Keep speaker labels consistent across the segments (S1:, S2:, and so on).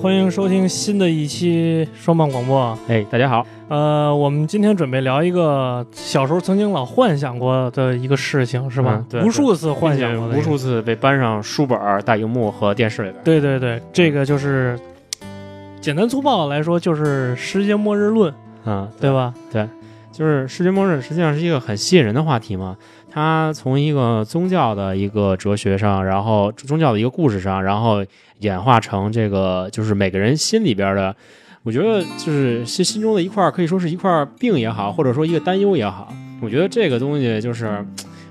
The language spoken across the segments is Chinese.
S1: 欢迎收听新的一期双棒广播。啊
S2: 哎，大家好，
S1: 呃，我们今天准备聊一个小时候曾经老幻想过的一个事情，是吧？
S2: 嗯对
S1: 无数次幻
S2: 并且
S1: 想过的一
S2: 无
S1: 个
S2: 数次被搬上书本儿、大荧幕和电视里边。
S1: 对对
S2: 嗯
S1: 对，这个就是简单粗暴地来说，就是世界末日论，
S2: 嗯，
S1: 对吧？
S2: 就是世界末日实际上是一个很吸引人的话题嘛。它从一个宗教的一个哲学上，然后宗教的一个故事上，然后演化成这个就是每个人心里边的，我觉得就是心心中的一块儿，可以说是一块病也好，或者说一个担忧也好。我觉得这个东西就是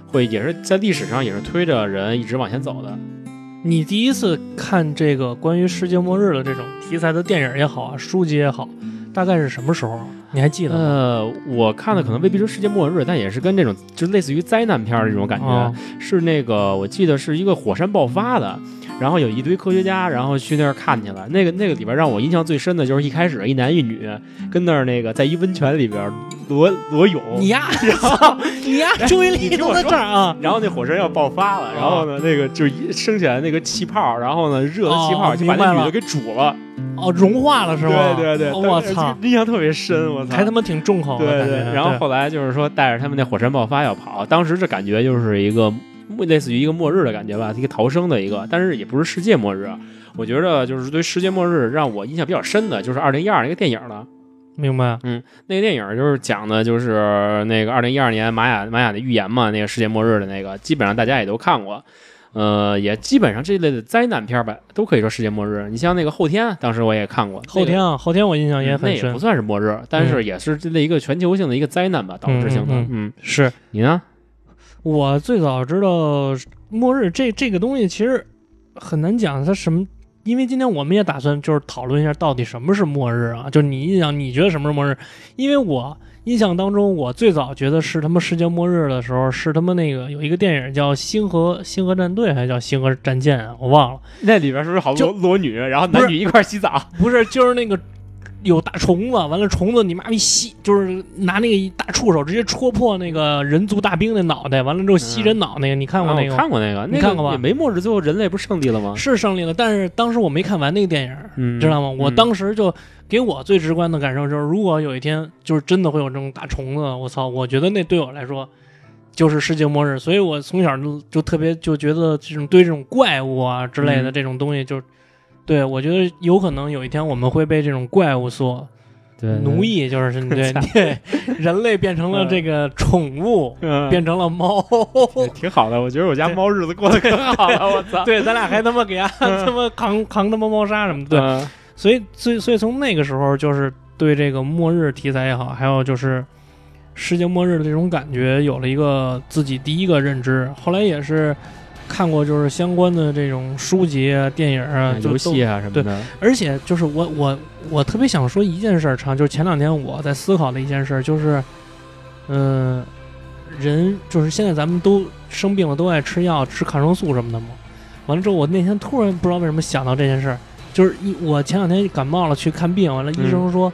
S2: 会也是在历史上也是推着人一直往前走的。
S1: 你第一次看这个关于世界末日的这种题材的电影也好啊，书籍也好，大概是什么时候啊？你还记得吗？
S2: 呃，我看的可能未必是世界末日，但也是跟这种就类似于灾难片儿的这种呃感觉，
S1: 哦
S2: 是那个我记得是一个火山爆发的，然后有一堆科学家，然后去那儿看去了。那个那个里边让我印象最深的就是一开始一男一女跟那儿那个在一温泉里边裸裸泳，
S1: 你呀， 你 呀，注意力都在这儿啊！
S2: 然后那火山要爆发了，然后呢那个就是一升起来那个气泡，然后呢热的气泡
S1: 哦
S2: 就把
S1: 明白
S2: 那女
S1: 了
S2: 的给煮了，
S1: 哦，融化了是吗？
S2: 对对对，
S1: 哦我操，，
S2: 印象特别深，我操，
S1: 还他妈挺重口的
S2: 对
S1: 哦感觉。
S2: 对，然后后来就是说带着他们那火山爆发要跑，当时这感觉就是一个末类似于一个末日的感觉吧，一个逃生的一个，但是也不是世界末日。啊我觉得就是对世界末日让我印象比较深的就是二零一二那个电影了。
S1: 明白。
S2: 那个电影就是讲的就是那个二零一二年玛雅玛雅的预言嘛，那个世界末日的那个，基本上大家也都看过。呃，也基本上这类的灾难片吧，都可以说世界末日。你像那个后天，当时我也看过，
S1: 后
S2: 那个
S1: 天啊，后天我印象也
S2: 嗯那
S1: 很
S2: 也
S1: 深嗯
S2: 不，算是末日，但是也是这类一个全球性的一个灾难吧，导致性
S1: 嗯
S2: 的。
S1: 嗯
S2: 嗯，
S1: 是
S2: 你呢？
S1: 我最早知道末日这这个东西，其实很难讲它什么。因为今天我们也打算就是讨论一下到底什么是末日啊，就你印象你觉得什么是末日？因为我印象当中，我最早觉得是他妈世界末日的时候，是他妈那个有一个电影叫《星河星河战队》还是叫《星河战舰》啊，我忘了，
S2: 那里边是不是好
S1: 就
S2: 多裸女，然后
S1: 不是
S2: 男女一块儿洗澡？
S1: 不是就是那个有大虫子，完了虫子你妈逼吸，就是拿那个一大触手直接戳破那个人族大兵的脑袋，完了之后吸人脑那个，你 看过那
S2: 嗯啊
S1: 个
S2: 我
S1: 吗？
S2: 看过那个，
S1: 你
S2: 那个
S1: 看过吧
S2: 也没末日，最后人类不是胜利了吗？
S1: 是胜利了，但是当时我没看完那个电影，
S2: 嗯，
S1: 知道吗？我
S2: 嗯
S1: 当时就给我最直观的感受就是，如果有一天就是真的会有这种大虫子，我操，我觉得那对我来说就是世界末日。所以我从小就就特别就觉得这种对这种怪物啊之类的
S2: 嗯
S1: 这种东西就，对我觉得有可能有一天我们会被这种怪物所
S2: 对对
S1: 奴役，就是 对对，人类变成了这个宠物，
S2: 嗯，
S1: 变成了猫。
S2: 也挺好的。我觉得我家猫日子过得可好了，我
S1: 嗯
S2: 操。
S1: 对，咱俩还他妈给它他妈扛扛他妈猫砂什么的，嗯对，
S2: 嗯
S1: 所以，所以，所以从那个时候，就是对这个末日题材也好，还有就是世界末日的这种感觉，有了一个自己第一个认知。后来也是看过就是相关的这种书籍啊、电影啊、就
S2: 游
S1: 都
S2: 戏啊什么的，
S1: 而且就是我我我特别想说一件事儿，长就是前两天我在思考的一件事儿，就是，嗯、人就是现在咱们都生病了，都爱吃药，吃抗生素什么的嘛。完了之后，我那天突然不知道为什么想到这件事儿，就是一我前两天感冒了去看病，完了医生说、
S2: 嗯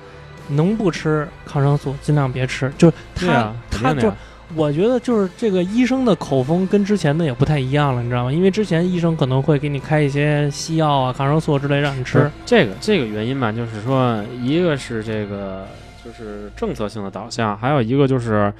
S1: 能不吃抗生素尽量别吃，就是他、
S2: 对啊，肯
S1: 他
S2: 定的
S1: 就
S2: 呀
S1: 我觉得就是这个医生的口风跟之前的也不太一样了，你知道吗？因为之前医生可能会给你开一些西药啊、抗生素之类让你吃。
S2: 不是这个这个原因吧，就是说，一个是这个就是政策性的导向，还有一个就是。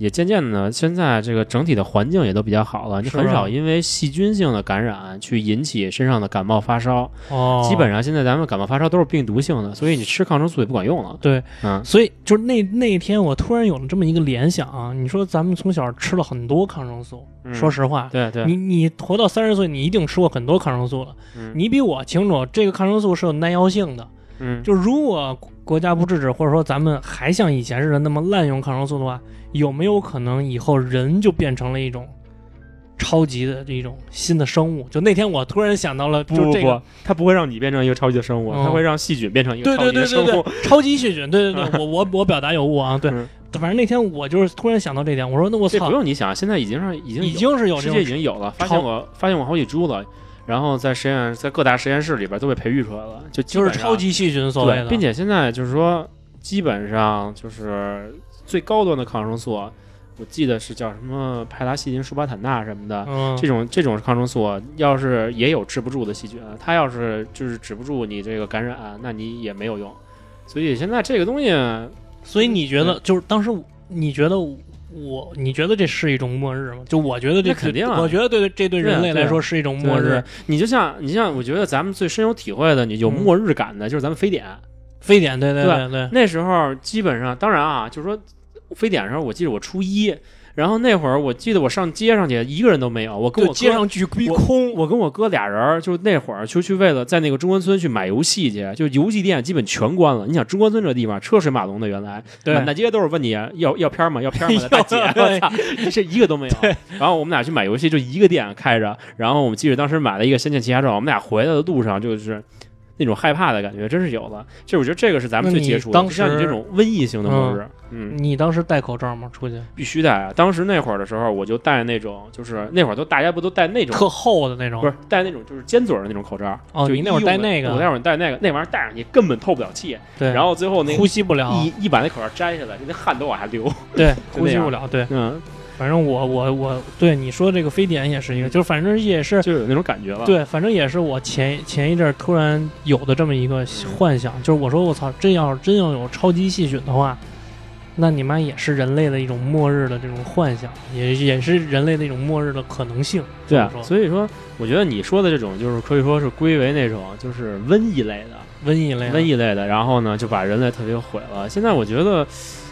S2: 也渐渐的，现在这个整体的环境也都比较好了，你
S1: 是啊
S2: 很
S1: 吧
S2: 少因为细菌性的感染去引起身上的感冒发烧。
S1: 哦，
S2: 基本上现在咱们感冒发烧都是病毒性的，所以你吃抗生素也不管用了。
S1: 对，
S2: 嗯，
S1: 所以就是那那天我突然有了这么一个联想啊，你说咱们从小吃了很多抗生素，说
S2: 是
S1: 实话，
S2: 嗯对对，
S1: 你你活到三十岁，你一定吃过很多抗生素了，
S2: 嗯
S1: 你比我清楚这个抗生素是有耐药性的，
S2: 嗯
S1: 就如果国家不制止，或者说咱们还像以前似的那么滥用抗生素的话，有没有可能以后人就变成了一种？超级的这种新的生物，就那天我突然想到了，就
S2: 不不
S1: 这个
S2: 不，它不会让你变成一个超级的生物，
S1: 嗯
S2: 它会让细菌变成一个
S1: 对
S2: 超
S1: 对
S2: 级
S1: 对
S2: 的生
S1: 对
S2: 物。
S1: 对，超级细菌，对对对，我我我表达有误啊，对
S2: 啊嗯，
S1: 反正那天我就是突然想到这点，我说那我
S2: 这不
S1: 操，
S2: 用你想，现在已经上已经
S1: 已
S2: 有
S1: 经是有这
S2: 世界已
S1: 种，
S2: 经有了，
S1: 超
S2: 发现我发现我好几株了，然后在实验在各大实验室里边都被培育出来了，就基
S1: 就
S2: 本
S1: 是
S2: 上
S1: 超级细菌所谓
S2: 对，
S1: 的，
S2: 并且现在就是说基本上就是最高端的抗生素。啊我记得是叫什么派拉细菌、舒巴坦纳什么的，
S1: 嗯，
S2: 这种这种抗生素啊要是也有治不住的细菌，啊它要是就是止不住你这个感染，啊那你也没有用。所以现在这个东西，
S1: 所以你觉
S2: 嗯
S1: 得就是当时你觉得我你觉得这是一种末日吗？就我觉得这
S2: 那肯定啊
S1: 我觉得对这对人类来说是一种末
S2: 对啊
S1: 日
S2: 对。你就像你像，我觉得咱们最深有体会的，你有
S1: 嗯
S2: 末日感的，就是咱们非典
S1: 非典，对对
S2: 对啊
S1: 对对，
S2: 那时候，基本上当然啊，就是说非典的时候，我记得我初一，然后那会儿我记得我上街上去一个人都没有，我跟
S1: 就
S2: 我
S1: 街
S2: 哥
S1: 上巨逼
S2: 我
S1: 空，
S2: 我跟我哥俩人儿，就那会儿就去为了在那个中关村去买游戏去，就游戏店基本全关了。你想中关村这地方车水马龙的，原来
S1: 对
S2: 满大街都是问你要要片儿吗？要片儿 吗？大姐，我操， 这一个都没有。然后我们俩去买游戏，就一个店开着。然后我们记得当时买了一个《仙剑奇侠传》，我们俩回来的路上就是。那种害怕的感觉真是有了，这我觉得这个是咱们
S1: 那
S2: 最
S1: 你
S2: 接触的，
S1: 当
S2: 就像你这
S1: 时
S2: 种瘟疫性的末
S1: 嗯
S2: 日，嗯，
S1: 你当时戴口罩吗？出去
S2: 必须戴啊！当时那会儿的时候，我就戴那种，就是那会儿都大家不都戴那种
S1: 特厚的那种，
S2: 不是戴那种就是尖嘴儿的那种口罩，
S1: 哦
S2: 就
S1: 你那会儿
S2: 医用的
S1: 戴那个
S2: 我那会儿戴那个，那玩意儿戴上去根本透不了气，
S1: 对，
S2: 然后最后那
S1: 呼吸不了，
S2: 一一把那口罩摘下来，那汗都往下 流。
S1: 对，呼
S2: 就那
S1: 吸
S2: 样
S1: 不了，对，
S2: 嗯，
S1: 反正我我我对你说这个非典也是一个，就是反正也是。
S2: 就有啊那种感觉了。，
S1: 对，反正也是我前前一阵儿突然有的这么一个幻想，就是我说我操，真要是真要有超级细菌的话，那你妈也是人类的一种末日的这种幻想，也也是人类的一种末日的可能性。
S2: 对啊
S1: 这么，说
S2: 所以说我觉得你说的这种就是可以说是归为那种就是瘟疫类的，
S1: 瘟疫类的，
S2: 瘟疫类的，然后呢就把人类特别毁了。现在我觉得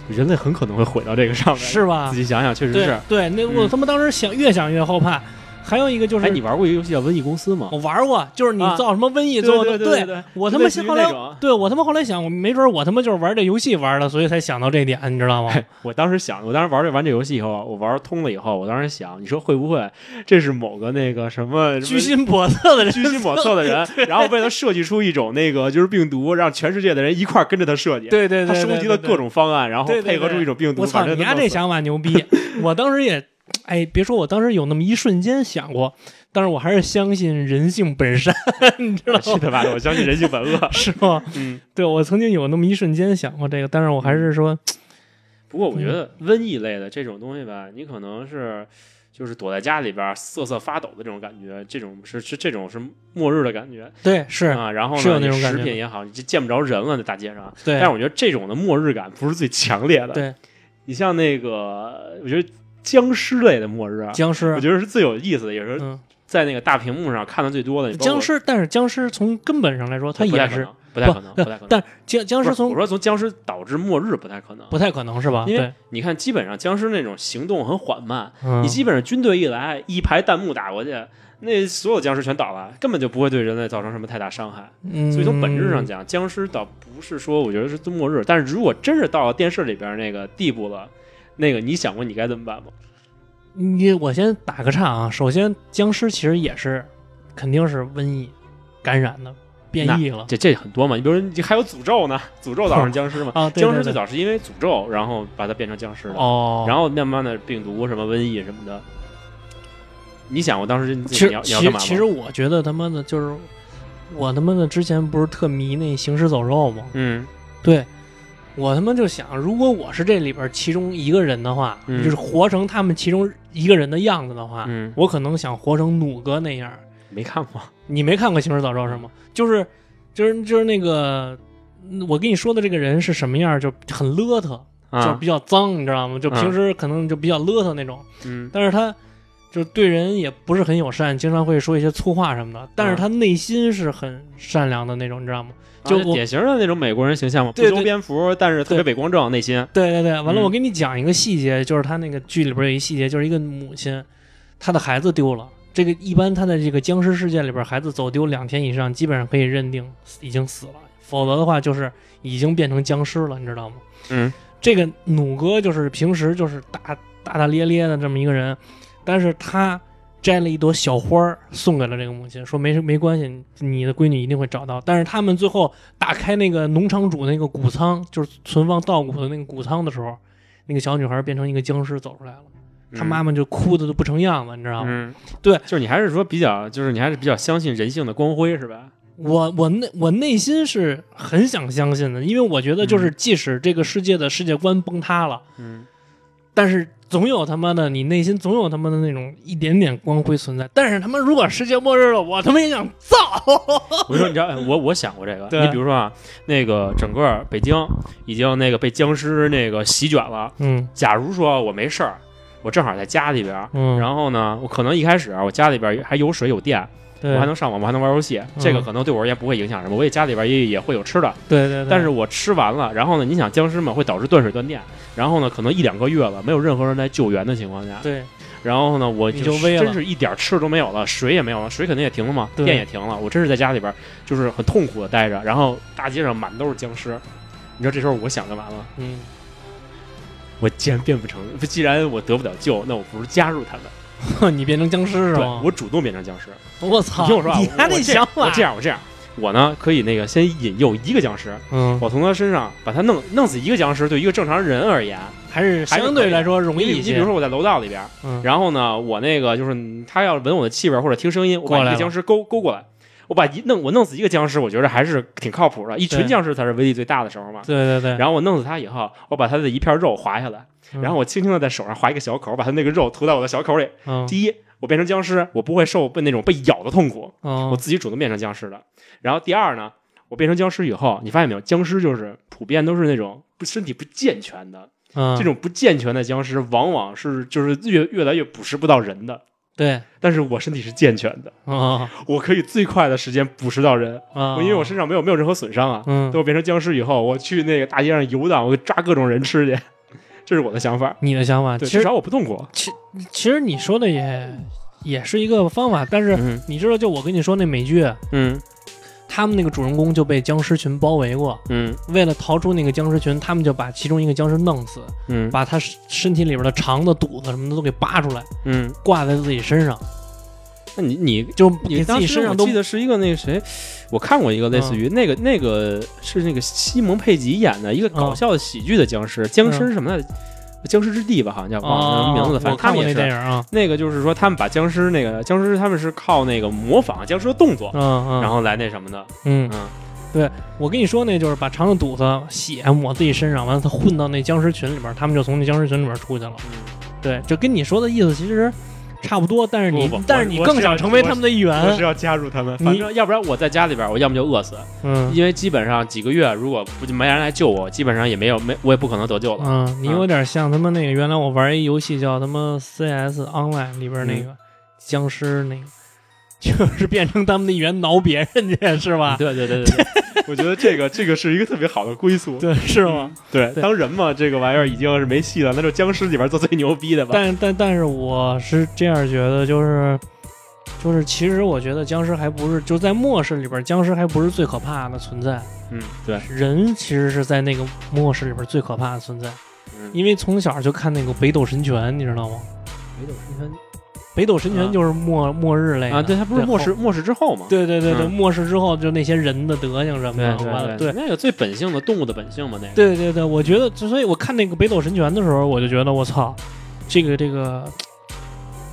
S2: 人类很可能会毁到这个上面，
S1: 是吧
S2: 自？己想想确实
S1: 对
S2: 是。
S1: 对，那我
S2: 嗯
S1: 他妈当时想越想越后怕。还有一个就是，
S2: 哎，你玩过一个游戏叫《瘟疫公司》吗
S1: 我？玩过，就是你
S2: 啊
S1: 造什么瘟疫
S2: 对
S1: 最后
S2: 对
S1: 都
S2: 对对，
S1: 我
S2: 就
S1: 他妈
S2: 类似
S1: 先
S2: 于
S1: 后
S2: 那
S1: 来
S2: 种
S1: 对我他妈后来想，我没准儿我他妈就是玩这游戏玩的，所以才想到这点，你知道吗？
S2: 哎， 我当时想，我当时玩这玩这游戏以后，啊我玩通了以后，我当时想，你说会不会这是某个那个什么
S1: 居 心叵测的人，
S2: 居心叵测的人，然后为了设计出一种那个就是病毒，让全世界的人一块儿跟着他设 计，
S1: 对对对，
S2: 他收
S1: 对
S2: 集了
S1: 对
S2: 各。
S1: 对
S2: 种方案，然后
S1: 对对
S2: 配合
S1: 对
S2: 出一种病毒。
S1: 我操，
S2: 反正
S1: 你
S2: 他
S1: 丫
S2: 弄
S1: 这
S2: 死
S1: 想法牛 逼！我当时也，哎，别说我当时有那么一瞬间想过，但是我还是相信人性本善，你知道
S2: 了，去
S1: 吗？。
S2: 他妈的！我相信人性本恶
S1: 是吗？
S2: 嗯，
S1: 对，我曾经有那么一瞬间想过这个，但是我还是说，
S2: 不过我觉得瘟疫类的这种东西吧，你可能是。就是躲在家里边儿瑟瑟发抖的这种感觉，这种是是这种是末日的感觉
S1: 对，是，
S2: 啊。然后呢，
S1: 是有那种
S2: 你
S1: 感
S2: 食
S1: 觉
S2: 品也好，你就见不着人了，在大街上。
S1: 对
S2: 但是，我觉得这种的末日感不是最强烈的。
S1: 对，
S2: 你像那个，我觉得僵尸类的末日啊，
S1: 僵尸
S2: 我，觉得是最有意思的，也是
S1: 嗯，
S2: 在那个大屏幕上看的最多的。你包括
S1: 僵尸，但是僵尸从根本上来说，它
S2: 不
S1: 也
S2: 太可
S1: 是
S2: 能，不太可能，
S1: 不
S2: 不太可能。
S1: 但僵僵
S2: 不
S1: 尸
S2: 是我
S1: 从
S2: 说从僵尸导致末日不太可能。
S1: 不太可能是吧？
S2: 因为
S1: 对，
S2: 你看，基本上僵尸那种行动很缓慢，
S1: 嗯
S2: 你基本上军队一来，一排弹幕打过去，那所有僵尸全倒了，根本就不会对人类造成什么太大伤害。所以从本质上
S1: 嗯
S2: 讲，僵尸倒不是说我觉得是末日，但是如果真是到了电视里边那个地步了，那个你想过你该怎么办吗？
S1: 你我先打个岔啊。首先，僵尸其实也是肯定是瘟疫感染的变异了
S2: 这这很多嘛，你比如说你还有诅咒呢， 诅咒造成僵 尸嘛，
S1: 啊。对
S2: 僵尸
S1: 对
S2: 最
S1: 对
S2: 早是因为诅咒，然后把它变成僵尸的，
S1: 哦，
S2: 然
S1: 后
S2: 后慢慢的病毒什么瘟疫什么的。你想，我当时你
S1: 其实
S2: 你要你要
S1: 其
S2: 干
S1: 实
S2: 嘛吗？
S1: 其实我觉得他妈的就是我他妈的之前不是特迷那行尸走肉吗？
S2: 嗯，
S1: 对。我他妈就想，如果我是这里边其中一个人的话，
S2: 嗯
S1: 就是活成他们其中一个人的样子的话，
S2: 嗯
S1: 我可能想活成弩哥那样，
S2: 没看过，
S1: 你没看过《行尸走肉》是吗？就是，就是，就是那个，嗯我跟你说的这个人是什么样儿，就很邋遢， 就
S2: 啊
S1: 比，较脏，你知道吗？就平时可能就比较邋遢那种，
S2: 嗯，
S1: 但是他就对人也不是很友善，经常会说一些粗话什么的，但是他内心是很善良的那种，你知道吗？就
S2: 啊
S1: 我
S2: 典型的那种美国人形象嘛，不
S1: 对对
S2: 修边幅，但是特别
S1: 对
S2: 伪光正，内心，
S1: 对对对，完了，
S2: 嗯
S1: 我给你讲一个细节，就是他那个剧里边有一细节，就是一个母亲，她的孩子丢了。这个一般他在这个僵尸世界里边，孩子走丢两天以上，基本上可以认定已经死了，否则的话就是已经变成僵尸了，你知道吗？
S2: 嗯，
S1: 这个弩哥就是平时就是大大大咧咧的这么一个人，但是他摘了一朵小花儿送给了这个母亲，说没事没关系，你的闺女一定会找到。但是他们最后打开那个农场主那个谷仓，就是存放稻谷的那个谷仓的时候，那个小女孩变成一个僵尸走出来了，她妈
S2: 妈，
S1: 妈就哭的都不成样子，你知道吗？
S2: 嗯，
S1: 啊对
S2: 就是你还是说比较，就是你还是比较相信人性的光辉是吧？
S1: 我我内我内心是很
S2: 嗯
S1: 想相信的，因为我觉得就是即使这个世界的世界观崩塌了。
S2: 嗯，
S1: 但是总有他妈的，你内心总有他妈的那种一点点光辉存在。但是他妈如果世界末日了，我他妈也想造。
S2: 我说，你知道，哎我我想过这个。
S1: 对
S2: 你比如说啊，那个整个北京已经那个被僵尸那个席卷了。
S1: 嗯
S2: 假如说我没事儿，我正好在家里边儿，
S1: 嗯，后
S2: 然后呢，我可能一开始啊我家里边儿还有水有电，
S1: 对嗯
S2: 我还能上网，我还能玩游戏，这个可能对我而言不会影响什么。我也家里边也也会有吃的，
S1: 对对对，
S2: 但是我吃完了，然后呢，你想僵尸嘛会导致断水断电，然后呢，可能一两个月了，没有任何人来救援的情况下，
S1: 对
S2: 然后呢，我
S1: 你就危了
S2: 真是一点吃的都没有了，水也没有了，水肯定也停了嘛，
S1: 对
S2: 电也停了，我真是在家里边就是很痛苦的待着，然后大街上满都是僵尸，你知道这时候我想干嘛吗？
S1: 嗯，
S2: 我既然变不成，既然我得不了救，那我不如加入他们，
S1: 你变成僵尸是
S2: 对
S1: 吗？
S2: 我主动变成僵尸。
S1: 我我操！
S2: 你听我说啊，
S1: 你还
S2: 我
S1: 得
S2: 这
S1: 想
S2: 样
S1: 法
S2: 我这样，我这样，我呢可以那个先引诱一个僵尸，
S1: 嗯，
S2: 我从他身上把他弄弄死一个僵尸，对一个正常人而言，
S1: 还是
S2: 还是
S1: 相对来说容易
S2: 你
S1: 一
S2: 你
S1: 些。
S2: 比如说我在楼道里边，
S1: 嗯，
S2: 然后呢，我那个就是他要闻我的气味或者听声音，我
S1: 过来
S2: 把一
S1: 了
S2: 个僵尸勾勾过来，我把一弄我弄死一个僵尸，我觉得还是挺靠谱的，一群
S1: 对
S2: 僵尸才是威力最大的时候嘛。
S1: 对对对，
S2: 然后我弄死他以后，我把他的一片肉划下来，
S1: 嗯
S2: 然后我轻轻的在手上划一个小口，把他那个肉涂到我的小口里。
S1: 嗯
S2: 第一，我变成僵尸，我不会受被那种被咬的痛苦。我
S1: 嗯
S2: 自己主动变成僵尸的。然后第二呢，我变成僵尸以后，你发现没有，僵尸就是普遍都是那种不身体不健全的，
S1: 嗯，
S2: 这种不健全的僵尸往往是就是越越来越捕食不到人的。
S1: 对
S2: 但是我身体是健全的，
S1: 啊
S2: 我可以最快的时间捕食到人，
S1: 啊，
S2: 嗯我因为我身上没有没有任何损伤啊。
S1: 嗯
S2: 等，我变成僵尸以后，我去那个大街上游荡，我抓各种人吃去， 这是我的想法。
S1: 你的想法
S2: 对，
S1: 其
S2: 至
S1: 实
S2: 少我不痛苦。
S1: 其实你说的也也是一个方法，但是
S2: 嗯
S1: 你知道，就我跟你说那美剧，
S2: 嗯
S1: 他们那个主人公就被僵尸群包围过，
S2: 嗯
S1: 为了逃出那个僵尸群，他们就把其中一个僵尸弄死，
S2: 嗯
S1: 把他身体里边的肠子、肚子什么的都给扒出来，
S2: 嗯，
S1: 挂在自己身上，
S2: 那你你
S1: 就
S2: 你
S1: 给自己身上都嗯
S2: 我记得是一个那个谁，我看过一个类似于那个那个是那个西蒙佩吉演的一个
S1: 嗯
S2: 搞笑的喜剧的僵尸，僵尸是什么来着？僵尸之地吧，好像叫忘了
S1: 啊，
S2: 名字了，
S1: 嗯
S2: 反
S1: 我
S2: 正他
S1: 看
S2: 们
S1: 过
S2: 也
S1: 那电
S2: 是。
S1: 影啊，
S2: 那个就是说，他们把僵尸那个僵尸，他们是靠那个模仿僵尸的动作，
S1: 嗯嗯，
S2: 然后来那什么的。
S1: 嗯
S2: 嗯，
S1: 对我跟你说那就是把肠子、肚子、血抹自己身上，完了他混到那僵尸群里边，他们就从那僵尸群里边出去了。对，就跟你说的意思其实差不多，但是你
S2: 不不
S1: 但是你
S2: 我
S1: 更
S2: 是
S1: 想成为他们的一
S2: 我
S1: 员
S2: 是。要加入他们，
S1: 嗯你
S2: 反正要不然我在家里边，我要么就饿死，
S1: 嗯
S2: 因为基本上几个月如果不没人来救我，基本上也没有没我也不可能得救了。
S1: 嗯，你有点像他妈那个原来我玩一游戏叫他妈 CS Online 里边
S2: 嗯
S1: 那个僵尸那个， 就是变成他们的一员挠别人去是吧？
S2: 对对对对对， 我觉得这个这个是一个特别好的归宿。
S1: 对，是吗？
S2: 对，
S1: 对
S2: 当人嘛，这个玩意儿已经是没戏了，那就僵尸里边做最牛逼的吧。
S1: 但但但是我是这样觉得，就是就是，其实我觉得僵尸还不是就在末世里边，僵尸还不是最可怕的存在，
S2: 嗯，对，
S1: 人其实是在那个末世里边最可怕的存在，
S2: 嗯
S1: 因为从小就看那个《北斗神拳》，你知道吗？
S2: 北斗神
S1: 《北斗神拳
S2: 啊》
S1: 就是末、末日类的
S2: 啊，对，它不是末世，末世之后嘛？
S1: 对对对对，
S2: 嗯
S1: 末世之后就那些人的德行什么
S2: 对
S1: 的，
S2: 对
S1: 完了
S2: 哦对，那个最本性的动物的本性嘛，那个。
S1: 对对对，我觉得，所以我看那个《北斗神拳》的时候，我就觉得我操，这个这个，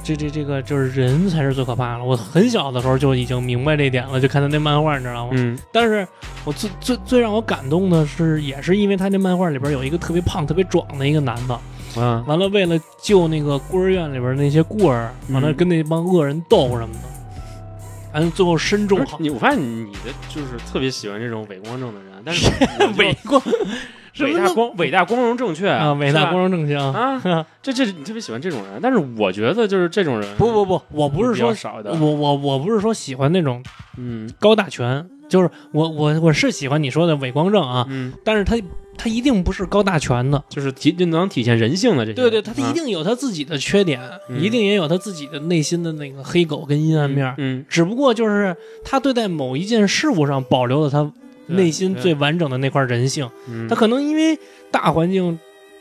S1: 这这这个就是人才是最可怕的。我很小的时候就已经明白这一点了，就看他那漫画，你知道吗？
S2: 嗯
S1: 但是我最最最让我感动的是，也是因为他那漫画里边有一个特别胖、特别壮的一个男的，
S2: 啊，
S1: 完了为了救那个孤儿院里边那些孤儿，完了
S2: 嗯
S1: 跟那帮恶人斗什么的，完 了最后身中
S2: 不是
S1: 好
S2: 你，我发现你的就是特别喜欢这种伪光正的人，但 是我就
S1: 伟光， 什
S2: 伟
S1: 么
S2: 大
S1: 都
S2: 光伟大光荣正确
S1: 啊，伟大光
S2: 荣
S1: 荣正气啊！
S2: 啊， 这这你特别喜欢这种人，但是我觉得就是这种人
S1: 不不不，我不是
S2: 比
S1: 说
S2: 较少的
S1: 我，我我不是说喜欢那种
S2: 嗯
S1: 高大全，就是我我我是喜欢你说的伪光正啊，
S2: 嗯，
S1: 但是他他一定不是高大全的，
S2: 就是体就能体现人性的这些
S1: 对对，
S2: 人，
S1: 他
S2: 啊
S1: 一定有他自己的缺点，
S2: 嗯
S1: 一定也有他自己的内心的那个黑狗跟阴暗面，
S2: 嗯，
S1: 只不过就是他对待某一件事物上保留了他
S2: 对
S1: 内心
S2: 对
S1: 最完整的那块人性，
S2: 嗯
S1: 他可能因为大环境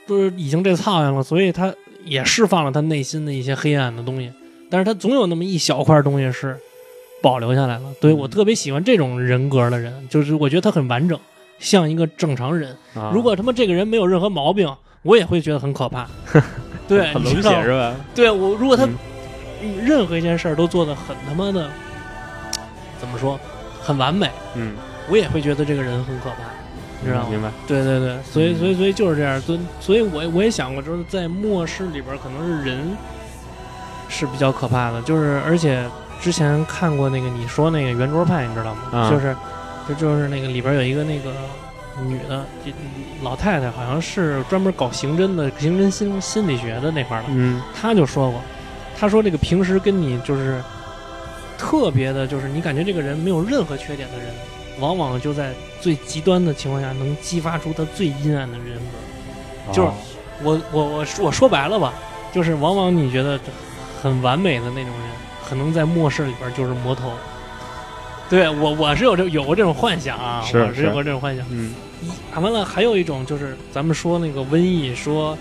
S1: 不是已经这操样了，所以他也释放了他内心的一些黑暗的东西，但是他总有那么一小块东西是保留下来了。对
S2: 嗯
S1: 我特别喜欢这种人格的人，就是我觉得他很完整，像一个正常人。
S2: 啊
S1: 如果他妈这个人没有任何毛病，我也会觉得很可 怕。对，
S2: 很
S1: 你
S2: 冷
S1: 知道
S2: 血是吧？
S1: 对我，如果他
S2: 嗯
S1: 任何一件事儿都做的很他妈的，怎么说，很完美，
S2: 嗯
S1: 我也会觉得这个人很可怕。你知道吗？
S2: 明白？
S1: 对对对，所以所以所以就是这样，所以所以我我也想过，就是在末世里边儿，可能是人是比较可怕的，就是而且之前看过那个你说那个圆桌派，你知道吗？
S2: 啊
S1: 就是就就是那个里边儿有一个那个女的就老太太，好像是专门搞刑侦的，刑侦心心理学的那块儿的，
S2: 嗯
S1: 她就说过，她说这个平时跟你就是特别的，就是你感觉这个人没有任何缺点的人，往往就在最极端的情况下能激发出他最阴暗的人格。就是
S2: 哦
S1: 我我我我说白了吧，就是往往你觉得很完美的那种人，可能在末世里边就是魔头。对我我是有这有过这种幻想啊，
S2: 是
S1: 我是有
S2: 是
S1: 过这种幻想。
S2: 嗯
S1: 啊，完了，还有一种就是咱们说那个瘟疫，说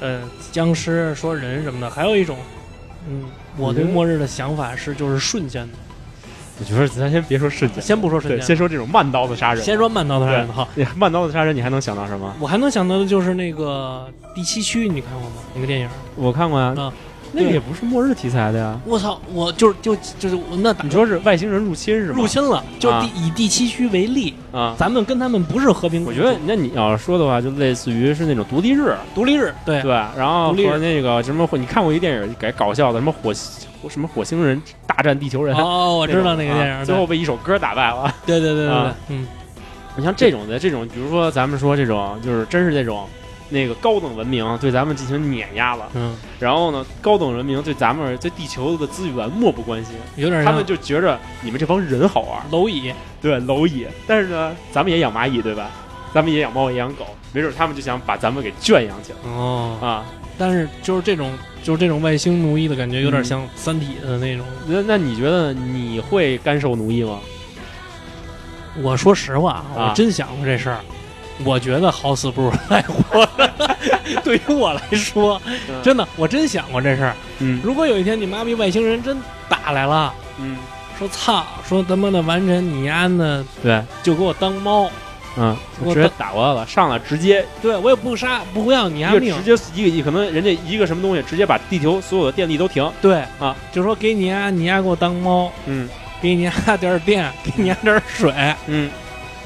S1: 呃僵尸，说人什么的，还有一种，嗯，我对
S2: 人
S1: 末日的想法是就是瞬间的，
S2: 我觉得咱先别说瞬间，
S1: 先不说瞬
S2: 对，
S1: 间，
S2: 先说这种慢刀子杀人。
S1: 先说慢刀的杀人
S2: 对
S1: 哈。
S2: 你慢刀子杀人，你还能想到什么？
S1: 我还能想到的就是那个第七区，你看过吗？那个电影？
S2: 我看过
S1: 啊
S2: 呀，那个
S1: 对
S2: 也不是末日题材的呀。
S1: 我操，我就是就就是我那打
S2: 你说是外星人入侵是吗？
S1: 入侵了，就
S2: 啊
S1: 第、以第七区为例，
S2: 啊！
S1: 咱们跟他们不是和平
S2: 我
S1: 共处，
S2: 觉得，那你要是说的话，就类似于是那种独立日，
S1: 独立日对
S2: 对，然后
S1: 独立日
S2: 和那个什么火，你看过一电影改搞笑的，什么火火什么火星人大战地球人，
S1: 哦，我
S2: 我
S1: 知道那个电影，
S2: 啊最后被一首歌打败了。
S1: 对对对对对，
S2: 啊
S1: 嗯，
S2: 你像这种的，这种比如说咱们说这种，就是真是这种。那个高等文明对咱们进行碾压了，
S1: 嗯，
S2: 然后呢，高等文明对咱们对地球的资源漠不关心，
S1: 有点
S2: 他们
S1: 像
S2: 就觉着你们这帮人好玩，
S1: 蝼蚁，
S2: 对蝼蚁。但是呢，咱们也养蚂蚁，对吧？咱们也养猫，也养狗，没准他们就想把咱们给圈养起来
S1: 哦，
S2: 啊。
S1: 但是就是这种就是这种外星奴役的感觉，有点
S2: 嗯
S1: 像《三体》的那种。
S2: 那那你觉得你会干受奴役吗？
S1: 我说实话，啊，
S2: 啊
S1: 我真想过这事儿。我觉得好死不如赖活， 对于我来说，
S2: 嗯
S1: 真的，我真想过这事儿。
S2: 嗯
S1: 如果有一天你妈逼外星人真打来了，
S2: 嗯，
S1: 说操，说他妈的完成你丫的
S2: 对，
S1: 就给我当猫，
S2: 嗯，
S1: 我
S2: 直接打过来了，上来直接
S1: 对我也不杀，不要你
S2: 一
S1: 丫
S2: 个
S1: 命
S2: 直，接一个可能人家一个什么东西直接把地球所有的电力都停，
S1: 对
S2: 啊，
S1: 就说给你丫，你丫给我当猫，
S2: 嗯
S1: 给你丫点儿电，给你丫点儿水，
S2: 嗯，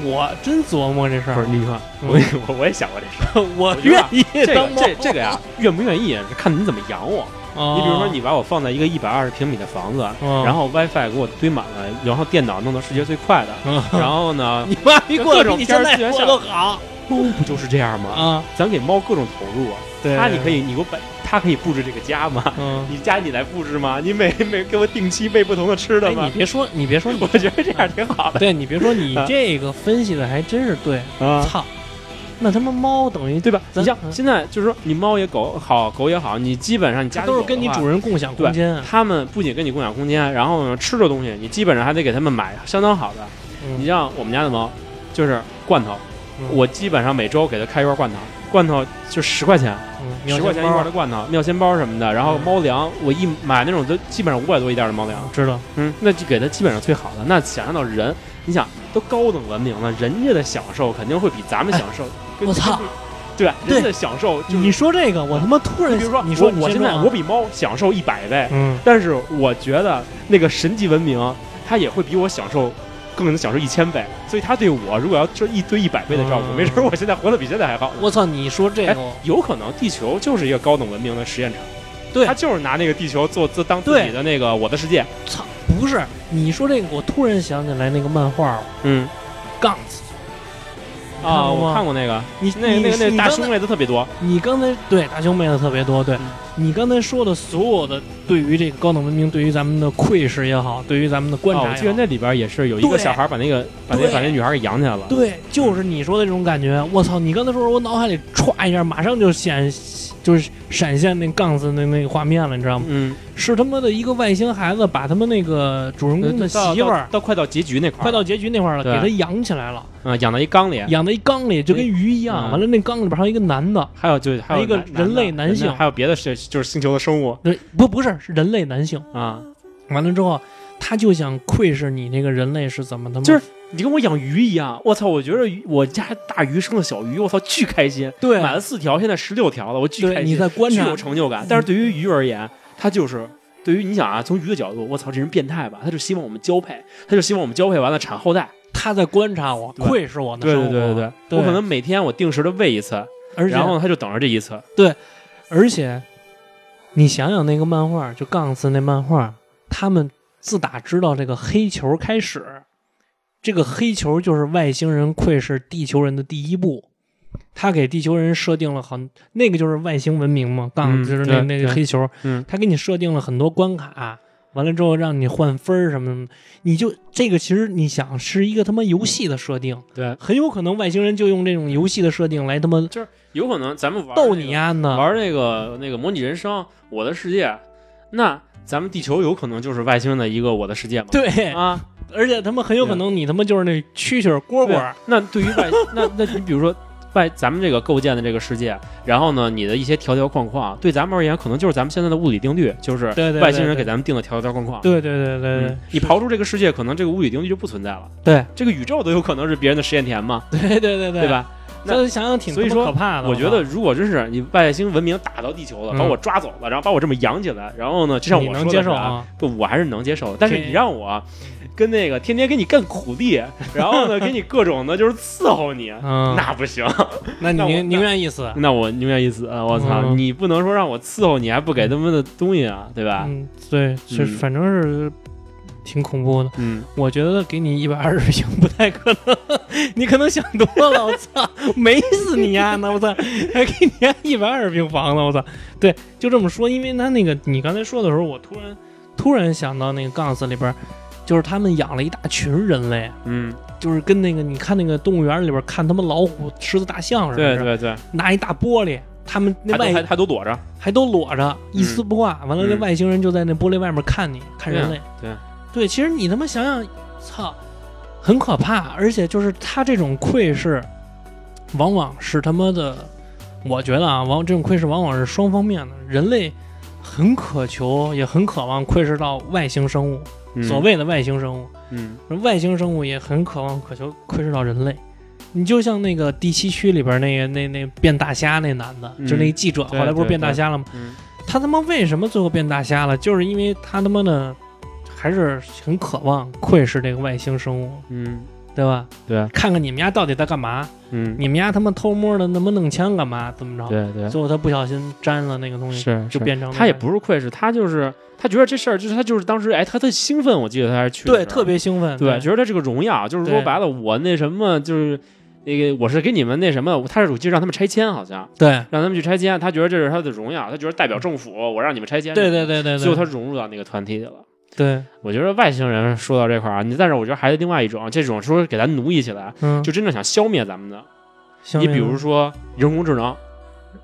S1: 我真琢磨这事
S2: 不
S1: 儿
S2: 是，你看
S1: 嗯
S2: 我我我也想过这事儿，
S1: 我
S2: 我觉得
S1: 愿
S2: 啊
S1: 意
S2: 这个
S1: 当猫。
S2: 这这个 呀， 愿不愿意啊是看你怎么养我。
S1: 哦，
S2: 你比如说，你把我放在一个一百二十平米的房子，
S1: 嗯，
S2: 然后 WiFi 给我堆满了，然后电脑弄到世界最快的，
S1: 嗯
S2: 然后 呢，
S1: 你妈逼过得比你现在
S2: 各种片儿
S1: 过得都好
S2: 猫 不就是这样吗？
S1: 啊！
S2: 咱给猫各种投入啊，
S1: 对
S2: 它你可，以，你给我摆，它可以布置这个家吗？
S1: 嗯，
S2: 你家你来布置吗？你每 每给我定期喂不同的吃的
S1: 哎，你
S2: 吗？
S1: 别说，你别说你
S2: 我，觉得这样挺好的
S1: 对你别说，你
S2: 啊
S1: 这个分析的还真是对。
S2: 啊，
S1: 操，那他妈猫等于
S2: 对吧？
S1: 咱
S2: 你像
S1: 嗯
S2: 现在就是说，你猫也狗好，狗也好，你基本上你家
S1: 它都
S2: 里
S1: 是
S2: 有的
S1: 跟你
S2: 话
S1: 主人共享空
S2: 对
S1: 间啊。
S2: 他们不仅跟你共享空间，然后呢，吃的东西你基本上还得给他们买相当好的。
S1: 嗯
S2: 你像我们家的猫，就是罐头，
S1: 嗯
S2: 我基本上每周给它开一罐罐头，罐头就十块钱，
S1: 嗯
S2: 十块钱一罐的，罐头，妙鲜包什么的。然后
S1: 嗯
S2: 猫粮，我一买那种都基本上五百多一袋的猫粮
S1: 我，知道。
S2: 嗯，那就给它基本上最好的。那想象到人，你想都高等文明了，人家的享受肯定会比咱们享受。跟
S1: 哎我操！
S2: 对吧，
S1: 对
S2: 人家的享受就是，
S1: 你说这个，我他妈突然
S2: 比如说，
S1: 你说
S2: 我我
S1: 你
S2: 现
S1: 先
S2: 在
S1: 说啊
S2: 我比猫享受一百倍，
S1: 嗯
S2: 但是我觉得那个神级文明，它也会比我享受更能享受一千倍，所以它对我如果要这一对一百倍的照顾，
S1: 嗯
S2: 没准我现在活得比现在还好呢。
S1: 我操，你说这
S2: 哎
S1: 个我，
S2: 有可能地球就是一个高等文明的实验场，
S1: 对
S2: 它就是拿那个地球做做当自己的那个我的世界。
S1: 操，不是你说这个，我突然想起来那个漫画儿
S2: 嗯
S1: 《杠子》你
S2: 啊，
S1: 过
S2: 我
S1: 吗
S2: 看过那个，
S1: 你
S2: 那个那个那个大胸
S1: 妹，
S2: 妹子特别多。
S1: 你刚才对大胸妹子特别多，对
S2: 嗯
S1: 你刚才说的所有的对于这个高等文明，对于咱们的窥视也好，对于咱们的观
S2: 哦，
S1: 察
S2: 我记得
S1: 也好，
S2: 那里边也是有一个
S1: 对
S2: 小孩把那个把那
S1: 对
S2: 把那女孩给养起来了。
S1: 对，就是你说的这种感觉。我操，你刚才说我脑海里歘一下，马上就显就是闪现那杠子那那个画面了，你知道吗？
S2: 嗯，
S1: 是他妈的一个外星孩子把他们那个主人公的
S2: 呃到
S1: 媳妇儿
S2: 到，到快到结局那块儿，
S1: 快到结局那块儿了，
S2: 对
S1: 给他养起来了，
S2: 嗯养到一缸里，
S1: 养在一缸里，就跟鱼一样。
S2: 嗯
S1: 完了，那缸里边还有一个男的，
S2: 还有就还有
S1: 一个
S2: 男
S1: 人类男性
S2: 的还有别的是就是星球的生物
S1: 对，不不是是人类男性。
S2: 啊。
S1: 完了之后，他就想窥视你那个人类是怎么他妈，
S2: 就是你跟我养鱼一样，我操！我觉得鱼我家大鱼生的小鱼，我操，巨开心。
S1: 对
S2: 买了四条，现在十六条了，我巨
S1: 对
S2: 开
S1: 你
S2: 心，
S1: 在观
S2: 巨
S1: 察
S2: 有，成就感。但是对于鱼而言，它就是对于你想啊，从鱼的角度，我操，这人变态吧？他就希望我们交配，他就希望我们交配完了产后代。
S1: 他在观察我，
S2: 对
S1: 窥视我的
S2: 对
S1: 生
S2: 对
S1: 活。
S2: 对对
S1: 对
S2: 我可能每天我定时的喂一次，
S1: 而且
S2: 然后呢他就等着这一次。
S1: 而且，你想想那个漫画，就杠次那漫画，他们自打知道这个黑球开始，这个黑球就是外星人窥视地球人的第一步。他给地球人设定了很，那个就是外星文明嘛，杠
S2: 嗯
S1: 就是那、
S2: 对
S1: 那个
S2: 对
S1: 黑球，
S2: 嗯
S1: 他给你设定了很多关卡，完了之后让你换分儿什么什么，你就这个其实你想是一个他妈游戏的设定，
S2: 对，
S1: 很有可能外星人就用这种游戏的设定来他妈
S2: 有可能咱们玩
S1: 逗
S2: 那个
S1: 你啊丫呢，
S2: 玩那个那个模拟人生《我的世界》，那咱们地球有可能就是外星人的一个《我的世界》嘛？
S1: 对
S2: 啊，
S1: 而且他们很有可能你他妈就是那蛐蛐儿蝈蝈儿，
S2: 那对于 外那那你比如说外咱们这个构建的这个世界，然后呢，你的一些条条框框，对咱们而言可能就是咱们现在的物理定律，就是
S1: 对对对
S2: 啊外星人
S1: 对
S2: 给咱们定的条条框框。
S1: 对对对对
S2: 嗯，你刨出这个世界，可能这个物理定律就不存在了。
S1: 对，
S2: 这个宇宙都有可能是别人的实验田嘛，
S1: 对对对对
S2: 对？吧？那
S1: 所以想想挺
S2: 所以
S1: 他妈可
S2: 说
S1: 怕的，啊
S2: 我觉得，如果真是你外星文明打到地球了，
S1: 嗯
S2: 把我抓走了，然后把我这么养起来，然后呢，就像
S1: 你
S2: 我
S1: 能
S2: 说
S1: 接
S2: 的是
S1: 受
S2: 啊，
S1: 啊？
S2: 不，我还是能接受的。但是
S1: 对
S2: 你让我跟那个天天给你干苦 力，然后呢，给你各种的就是伺候你，
S1: 嗯，
S2: 那不行。
S1: 那你
S2: 那我嗯
S1: 宁宁愿一死，
S2: 那我宁愿一死啊！我操，
S1: 嗯
S2: 你不能说让我伺候你，还不给他们的东西啊，对吧？
S1: 嗯，对，是
S2: 嗯
S1: 反正是挺恐怖的。
S2: 嗯，
S1: 我觉得给你一百二十平不太可能，你可能想多了。我操，没死你丫呢！我操，还给你丫一百二十平房呢！我操，对，就这么说。因为他那个你刚才说的时候，我突然突然想到那个《杠子》里边，就是他们养了一大群人类，
S2: 嗯，
S1: 就是跟那个你看那个动物园里边看他们老虎、狮子、大象似
S2: 对
S1: 的，
S2: 对对，
S1: 拿一大玻璃，他们那
S2: 还都
S1: 外
S2: 还还都躲着，
S1: 还都裸着，一丝不挂。完了，那
S2: 嗯
S1: 外星人就在那玻璃外面看你，看人类。
S2: 对啊
S1: 对其实你他妈想想，操，很可怕。而且就是他这种窥视，往往是他妈的，我觉得啊，往这种窥视往往是双方面的。人类很渴求，也很渴望窥视到外星生物，
S2: 嗯
S1: 所，谓的外星生物，
S2: 嗯
S1: 外星生物也很渴望渴求窥视到人类。你就像那个第七区里边那个那那变大虾那男的，
S2: 嗯
S1: 就那记者，后
S2: 对
S1: 来不是
S2: 对
S1: 变大
S2: 对
S1: 虾了吗？
S2: 嗯
S1: 他他妈为什么最后变大虾了？就是因为他他妈的还是很渴望窥视这个外星生物，
S2: 嗯，
S1: 对吧？
S2: 对，
S1: 看看你们家到底在干嘛，
S2: 嗯，
S1: 你们家他妈偷摸的那么弄枪干嘛？怎么着？
S2: 对对，
S1: 最后他不小心沾了那个东西，
S2: 是
S1: 就。变成那个
S2: 他也不是愧是，他就是他觉得这事儿就是他就是当时哎，他特兴奋，我记得他还去的
S1: 对，
S2: 时候
S1: 特别兴奋，
S2: 对，觉得他这个荣耀，就是说
S1: 对
S2: 白了，我那什么就是那个我是给你们那什么，他是我记得让他们拆迁，好像
S1: 对
S2: 让他们去拆迁，他觉得这是他的荣耀，他觉得代表政府，我让你们拆迁，
S1: 对对对对
S2: 最后
S1: 对，
S2: 他融入到那个团体里了。
S1: 对，
S2: 我觉得外星人说到这块儿啊，你但是我觉得还有另外一种，这种说给咱奴役起来，
S1: 嗯，
S2: 就真正想消灭咱们的。
S1: 像
S2: 你
S1: 那
S2: 比
S1: 种
S2: 如说人工智能，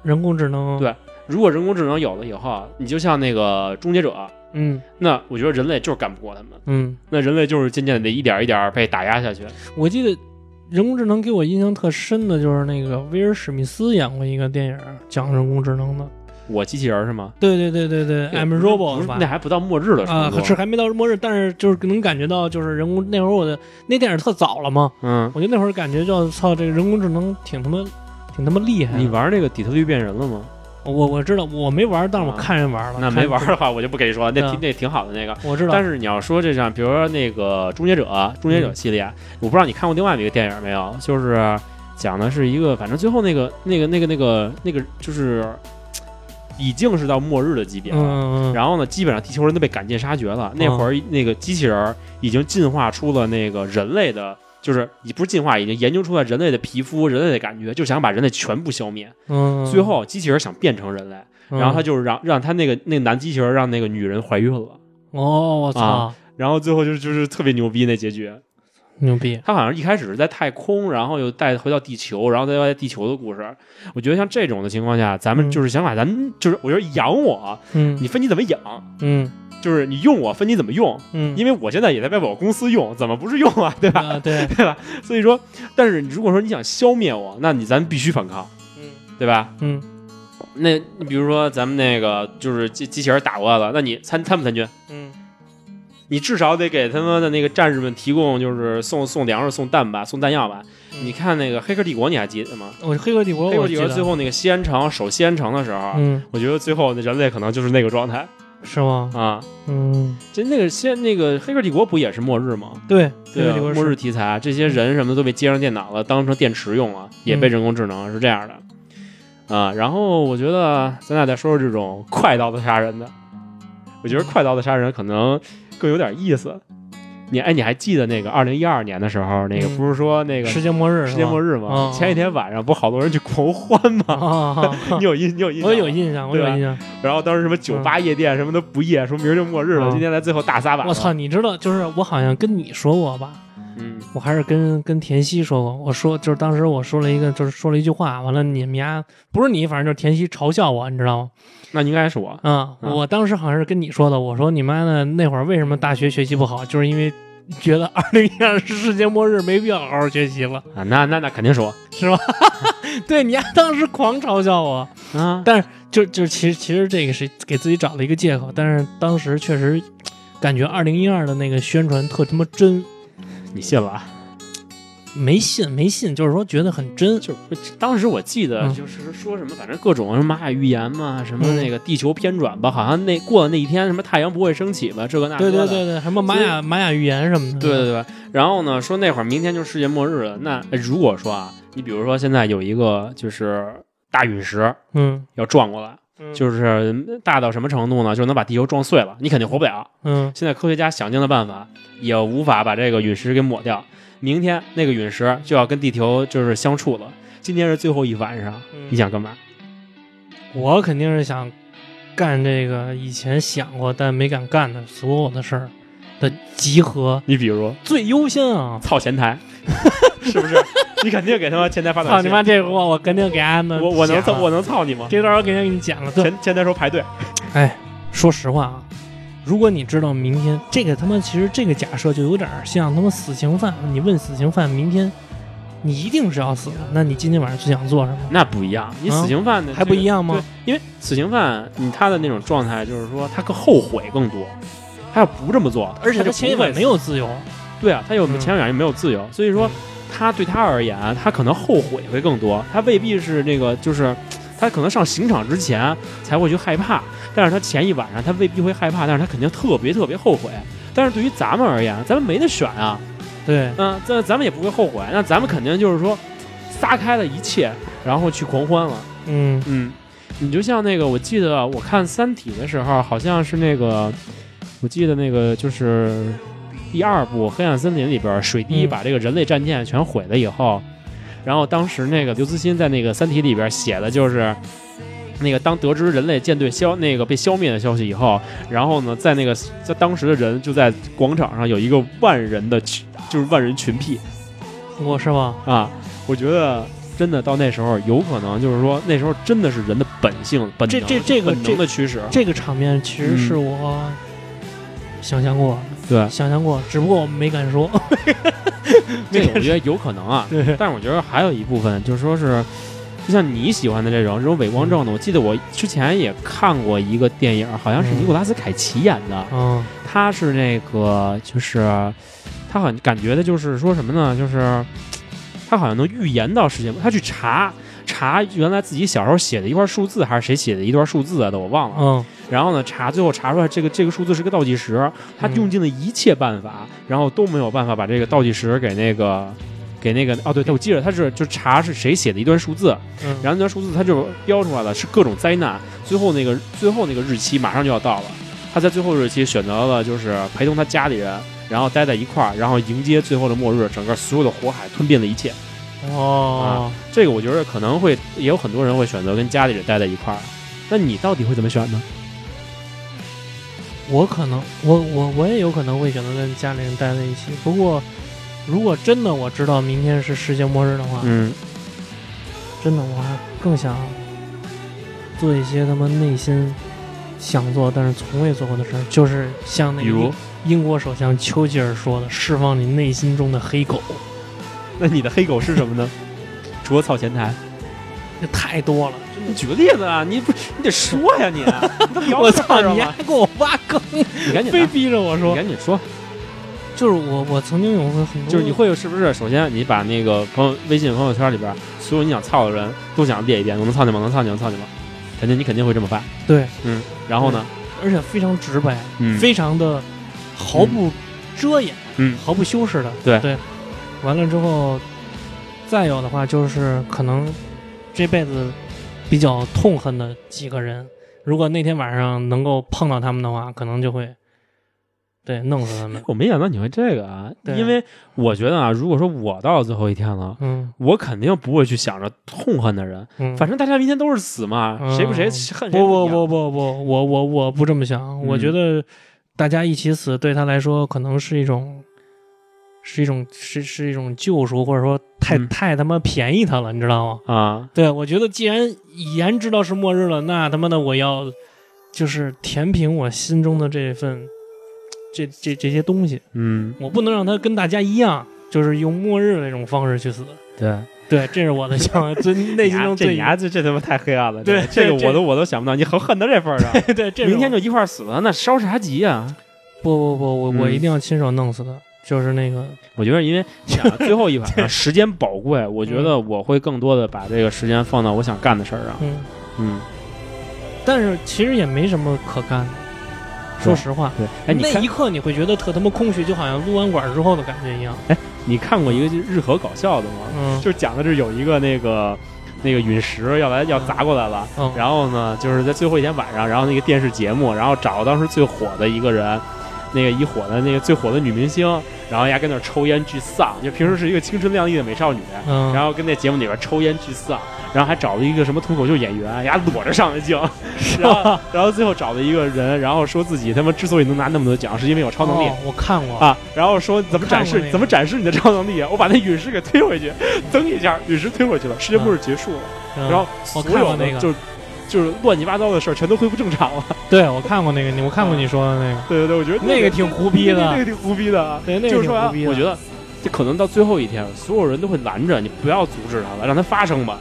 S1: 人工智能，
S2: 对如果人工智能有了以后，啊你就像那个终结者，
S1: 嗯
S2: 那我觉得人类就是干不过他们，
S1: 嗯，
S2: 那人类就是渐渐的一点一点被打压下去。
S1: 我记得。人工智能给我印象特深的就是那个威尔史密斯演过一个电影，讲人工智能的，
S2: 我机器人是吗？
S1: 对对对对对
S2: 对
S1: ，I'm
S2: 不是不
S1: Robot
S2: 是
S1: 吧
S2: 那？还不到末日的时候
S1: 啊，是还没到末日，但是就是能感觉到，就是人工那会儿我的那电影特早了嘛，
S2: 嗯，
S1: 我觉得那会儿感觉就操，这个人工智能挺他妈挺他妈厉害的。
S2: 你玩那个底特律变人了吗？
S1: 我我知道我没玩，但是我
S2: 啊
S1: 看人玩了，
S2: 那
S1: 看
S2: 没玩，的话，我就不跟你说了，那
S1: 对啊
S2: 挺那挺好的那个。
S1: 我知道，
S2: 但
S1: 是
S2: 是你要说这像，比如说那个《终结者》《终结者》系列，
S1: 嗯
S2: 我不知道你看过另外一个电影没有，就是讲的是一个，反正最后那个那个那个那个那个就是已经是到末日的级别了。
S1: 嗯嗯嗯，
S2: 然后呢，基本上地球人都被赶尽杀绝了。那会儿那个机器人已经进化出了那个人类的，就是已不是进化，已经研究出了人类的皮肤、人类的感觉，就想把人类全部消灭。
S1: 嗯，
S2: 最后，机器人想变成人类，
S1: 嗯，
S2: 然后他就是让让他那个那个男机器人让那个女人怀孕了。
S1: 哦，我操
S2: 啊，然后最后就是就是特别牛逼那结局。
S1: 牛逼，
S2: 他好像一开始是在太空，然后又带回到地球，然后再在地球的故事。我觉得像这种的情况下，
S1: 嗯
S2: 咱们就是想法，咱们就是我觉得养我，
S1: 嗯
S2: 你分你怎么养，
S1: 嗯
S2: 就是你用我分你怎么用，
S1: 嗯，
S2: 因为我现在也在被我公司用，怎么不是用 啊，对吧？
S1: 啊对，
S2: 所以说，但是你如果说你想消灭我，那你咱必须反抗，
S1: 嗯
S2: 对吧？
S1: 嗯
S2: 那你比如说咱们那个就是机机器人打过来了，那你参参不参军？
S1: 嗯
S2: 你至少得给他们的那个战士们提供，就是送送粮食、送弹吧、送弹药吧。
S1: 嗯
S2: 你看那个《黑客帝国》，你还记得吗？
S1: 我黑客帝
S2: 哦
S1: 国，
S2: 《黑客帝国
S1: 我》记得
S2: 最后那个西安城守西安城的时候，
S1: 嗯
S2: 我觉得最后那人类可能就是那个状态，
S1: 是吗？
S2: 啊。
S1: 嗯，
S2: 这那个先那个《黑客帝国》不也是末日吗？
S1: 对，
S2: 对、
S1: 这
S2: 啊
S1: 个，
S2: 末日题材，这些人什么都被接上电脑了，当成电池用了，也被
S1: 嗯
S2: 人工智能、是这样的。啊，然后我觉得咱俩再说说这种快刀子杀人的，我觉得快刀子杀人可能更有点意思。你哎，你还记得那个二零一二年的时候，那个
S1: 嗯
S2: 不是说那个
S1: 世界末日，
S2: 世界末
S1: 日
S2: 日吗
S1: 嗯？
S2: 前一天晚上不是好多人去狂欢
S1: 啊
S2: 吗？
S1: 啊！啊啊
S2: 你有印你有印象？
S1: 我有。印象，我
S2: 对
S1: 有
S2: 吧
S1: 印象。
S2: 然后当时什么酒吧、夜店什么都不夜，说明儿就末日
S1: 嗯
S2: 了。今天来最后大撒把。
S1: 我操，！你知道，就是我好像跟你说过吧，
S2: 嗯
S1: 我还是跟跟田曦说过，我说就是当时我说了一个，就是说了一句话，完了你们家不是你，反正就是田曦嘲笑我，你知道吗？
S2: 那应该是我。
S1: 啊、
S2: 嗯
S1: 我当时好像是跟你说的，我说你妈的那会儿为什么大学学习不好，就是因为觉得 二零一二是世界末日，没必要好好学习了，
S2: 啊，那那那肯定是我
S1: 是吧？对你丫当时狂嘲笑我，
S2: 啊
S1: 就就其实其实这个是给自己找了一个借口，但是当时确实感觉二零一二的那个宣传特他妈真，
S2: 你信了啊？
S1: 没信没信，就是说觉得很真，
S2: 就是当时我记得
S1: 嗯
S2: 就是说什么，反正各种什么玛雅预言嘛，什么
S1: 嗯
S2: 那个地球偏转吧，好像那过了那一天，什么太阳不会升起吧，这个那
S1: 对对
S2: 个的
S1: 对对，什么玛雅玛雅预言什么的，
S2: 对对对。然后呢，说那会儿明天就世界末日了。那呃如果说啊，你比如说现在有一个就是大陨石
S1: 嗯，
S2: 要撞过来，
S1: 嗯，
S2: 就是大到什么程度呢？就能把地球撞碎了，你肯定活不了。
S1: 嗯
S2: 现在科学家想尽了办法，也无法把这个陨石给抹掉。明天那个陨石就要跟地球就是相处了。今天是最后一晚上，
S1: 嗯
S2: 你想干嘛？
S1: 我肯定是想干这个以前想过但没敢干的所有的事儿的集合，
S2: 你比如
S1: 最优先啊！
S2: 操前台， 是不是？你肯定给他妈前台发短
S1: 操
S2: 信。
S1: 你妈！这个我我肯定给安的，
S2: 我我能
S1: 操
S2: 操我能操你吗？
S1: 这段我肯定给你剪了，对，
S2: 前前台说排队，
S1: 说实话啊，如果你知道明天这个他妈，其实这个假设就有点像他妈死刑犯，你问死刑犯明天你一定是要死的，那你今天晚上最想做什么？
S2: 那不一样。你死刑犯的、
S1: 啊还不一样吗
S2: 对？因为死刑犯，你他的那种状态就是说他更后悔更多。他要不这么做，
S1: 而且他
S2: 他就
S1: 前一
S2: 不会
S1: 晚没有自由，
S2: 对啊，他有
S1: 嗯
S2: 前两年没有自由，所以说他对他而言，他可能后悔会更多，他未必是那个就是。他可能上刑场之前才会去害怕，但是他前一晚上他未必会害怕，但是他肯定特别特别后悔。但是对于咱们而言，咱们没得选啊，
S1: 对，
S2: 嗯，咱咱们也不会后悔，那咱们肯定就是说撒开了一切，然后去狂欢了。
S1: 嗯
S2: 嗯，你就像那个，我记得啊我看《三体》的时候，好像是那个，我记得那个就是第二部《黑暗森林》里边，水滴
S1: 嗯
S2: 把这个人类战舰全毁了以后，然后当时那个刘慈欣在那个《三体》里边写的就是。那个当得知人类舰队消那个被消灭的消息以后，然后呢，在那个在当时的人就在广场上有一个万人的群，就是万人群辟，
S1: 我是吧？
S2: 啊，我觉得真的到那时候，有可能就是说那时候真的是人的本性、本
S1: 这
S2: 能
S1: 这这个
S2: 本能的驱使。
S1: 这个场面其实是我想象过，
S2: 对，
S1: 想象过，只不过我没敢说。
S2: 这个我觉得有可能啊。
S1: 对，
S2: 但是我觉得还有一部分就是说是，就像你喜欢的这种这种伪光正的，我记得我之前也看过一个电影，好像是
S1: 嗯
S2: 尼古拉斯凯奇演的，
S1: 嗯
S2: 他是那个就是他好像感觉的就是说什么呢？就是他好像能预言到世界末，他去查。查原来自己小时候写的一块数字，还是谁写的一段数字啊的，我忘了。
S1: 嗯
S2: 然后呢，查最后查出来这个这个数字是个倒计时，他
S1: 嗯
S2: 用尽了一切办法，然后都没有办法把这个倒计时给那个给那个哦，对，我记得他是就查是谁写的一段数字，
S1: 嗯，
S2: 然后那段数字他就标出来了，是各种灾难，最后那个最后那个日期马上就要到了，他在最后日期选择了就是陪同他家里人，然后待在一块儿，然后迎接最后的末日，整个所有的火海吞并了一切。
S1: 哦，
S2: 这个我觉得可能会也有很多人会选择跟家里人待在一块儿，那你到底会怎么选呢？
S1: 我可能，我我我也有可能会选择跟家里人待在一起。不过，如果真的我知道明天是世界末日的话，
S2: 嗯，
S1: 真的我还更想做一些他妈内心想做但是从未做过的事儿，就是像那
S2: 比如
S1: 个。英国首相丘吉尔说的：“释放你内心中的黑狗。
S2: 那你的黑狗是什么呢？除了操前台，”
S1: 这太多了，
S2: 你举个例子啊！你不，你得说呀你！啊 你都聊
S1: 我
S2: 事
S1: 操！
S2: 儿了啊
S1: 你
S2: 吗？
S1: 还给我挖坑，
S2: 你赶紧
S1: 非
S2: 的，
S1: 逼着我
S2: 啊你
S1: 说。
S2: 赶紧说，哦
S1: 就是我，我曾经有过很多，
S2: 就是你会是不是？首先，你把那个朋友微信朋友圈里边所有你想操的人都想列一遍，我能操你吗？能操你吗？能操你吗？肯定你肯定会这么办。
S1: 对，
S2: 嗯，然后呢？
S1: 而且非常直白，
S2: 嗯
S1: 非常的毫不遮掩，
S2: 嗯
S1: 毫不修饰的。
S2: 对
S1: 对，完了之后，再有的话就是可能这辈子比较痛恨的几个人，如果那天晚上能够碰到他们的话，可能就会对弄死 他们。
S2: 我没想到你会这个啊，
S1: 对
S2: 因为我觉得啊，如果说我到最后一天了，
S1: 嗯
S2: 我肯定不会去想着痛恨的人，
S1: 嗯，
S2: 反正大家明天都是死嘛，
S1: 嗯
S2: 谁不谁 恨谁
S1: 不
S2: 一
S1: 不
S2: 样
S1: 不不不，我我我不这么想，我
S2: 嗯
S1: 觉得大家一起死对他来说可能是一种，是一种是是一种救赎，或者说太、
S2: 嗯
S1: 太他妈便宜他了，你知道吗？
S2: 啊，
S1: 对，我觉得既然已然知道是末日了，那他妈的我要就是填平我心中的这份这这这些东西，
S2: 嗯，
S1: 我不能让他跟大家一样，就是用末日那种方式去死。
S2: 对，
S1: 对，这是我的想 法，最内心中
S2: 这
S1: 最
S2: 你这这他妈太黑暗了，
S1: 对
S2: 这个
S1: 这
S2: 我都我都想不到，你恨恨到这份儿上，啊
S1: 对， 这是
S2: 明天
S1: 我
S2: 就一块儿死了，那烧啥急啊呀？
S1: 不不不，我我
S2: 嗯
S1: 一定要亲手弄死他，就是那个，
S2: 我觉 得，因为你想最后一晚上时间宝贵，我觉得我会更多的把这个时间放到我想干的事儿上。
S1: 嗯，
S2: 嗯，
S1: 但是其实也没什么可干的，说实话。
S2: 对。哎，你
S1: 那
S2: 看
S1: 一，刻你会觉得特他妈空虚，就好像撸完管之后的感觉一样。
S2: 你看过一个日和搞笑的吗？
S1: 嗯，
S2: 就是讲的是有一个那个那个陨石要来要砸过来了，
S1: 嗯
S2: 然后呢，就是在最后一天晚上，然后那个电视节目，然后找当时最火的一个人，那个一火的那个最火的女明星，然后人家跟那儿抽烟聚丧，就平时是一个清纯靓丽的美少女，
S1: 嗯，
S2: 然
S1: 后
S2: 后跟那节目里边抽烟聚丧，然后还找了一个什么脱口秀演员，人家裸着上来镜，然后然后最后找了一个人，然后说自己他妈之所以能拿那么多奖，是因为有超能力。
S1: 我看过，
S2: 啊，然后说怎么展
S1: 哦我看
S2: 示
S1: 过那个
S2: 怎么展示你的超能力？我把那陨石给推回去，蹬一下，陨石推回去了，
S1: 嗯
S2: 世界末日结束了。
S1: 然
S2: 然后
S1: 嗯我
S2: 所
S1: 看
S2: 有
S1: 过
S2: 的
S1: 那个，
S2: 就是就是乱七八糟的事儿全都恢复正常了。
S1: 对我看过那个，你我看过
S2: 啊
S1: 你说的那个，
S2: 对对对，我觉得
S1: 那个挺胡逼的
S2: 那个挺胡逼的啊。
S1: 对，那
S2: 就
S1: 个挺
S2: 是说
S1: 牛
S2: 啊
S1: 逼的。
S2: 我觉得这可能到最后一天，所有人都会拦着你，不要阻止他了，让他发生吧。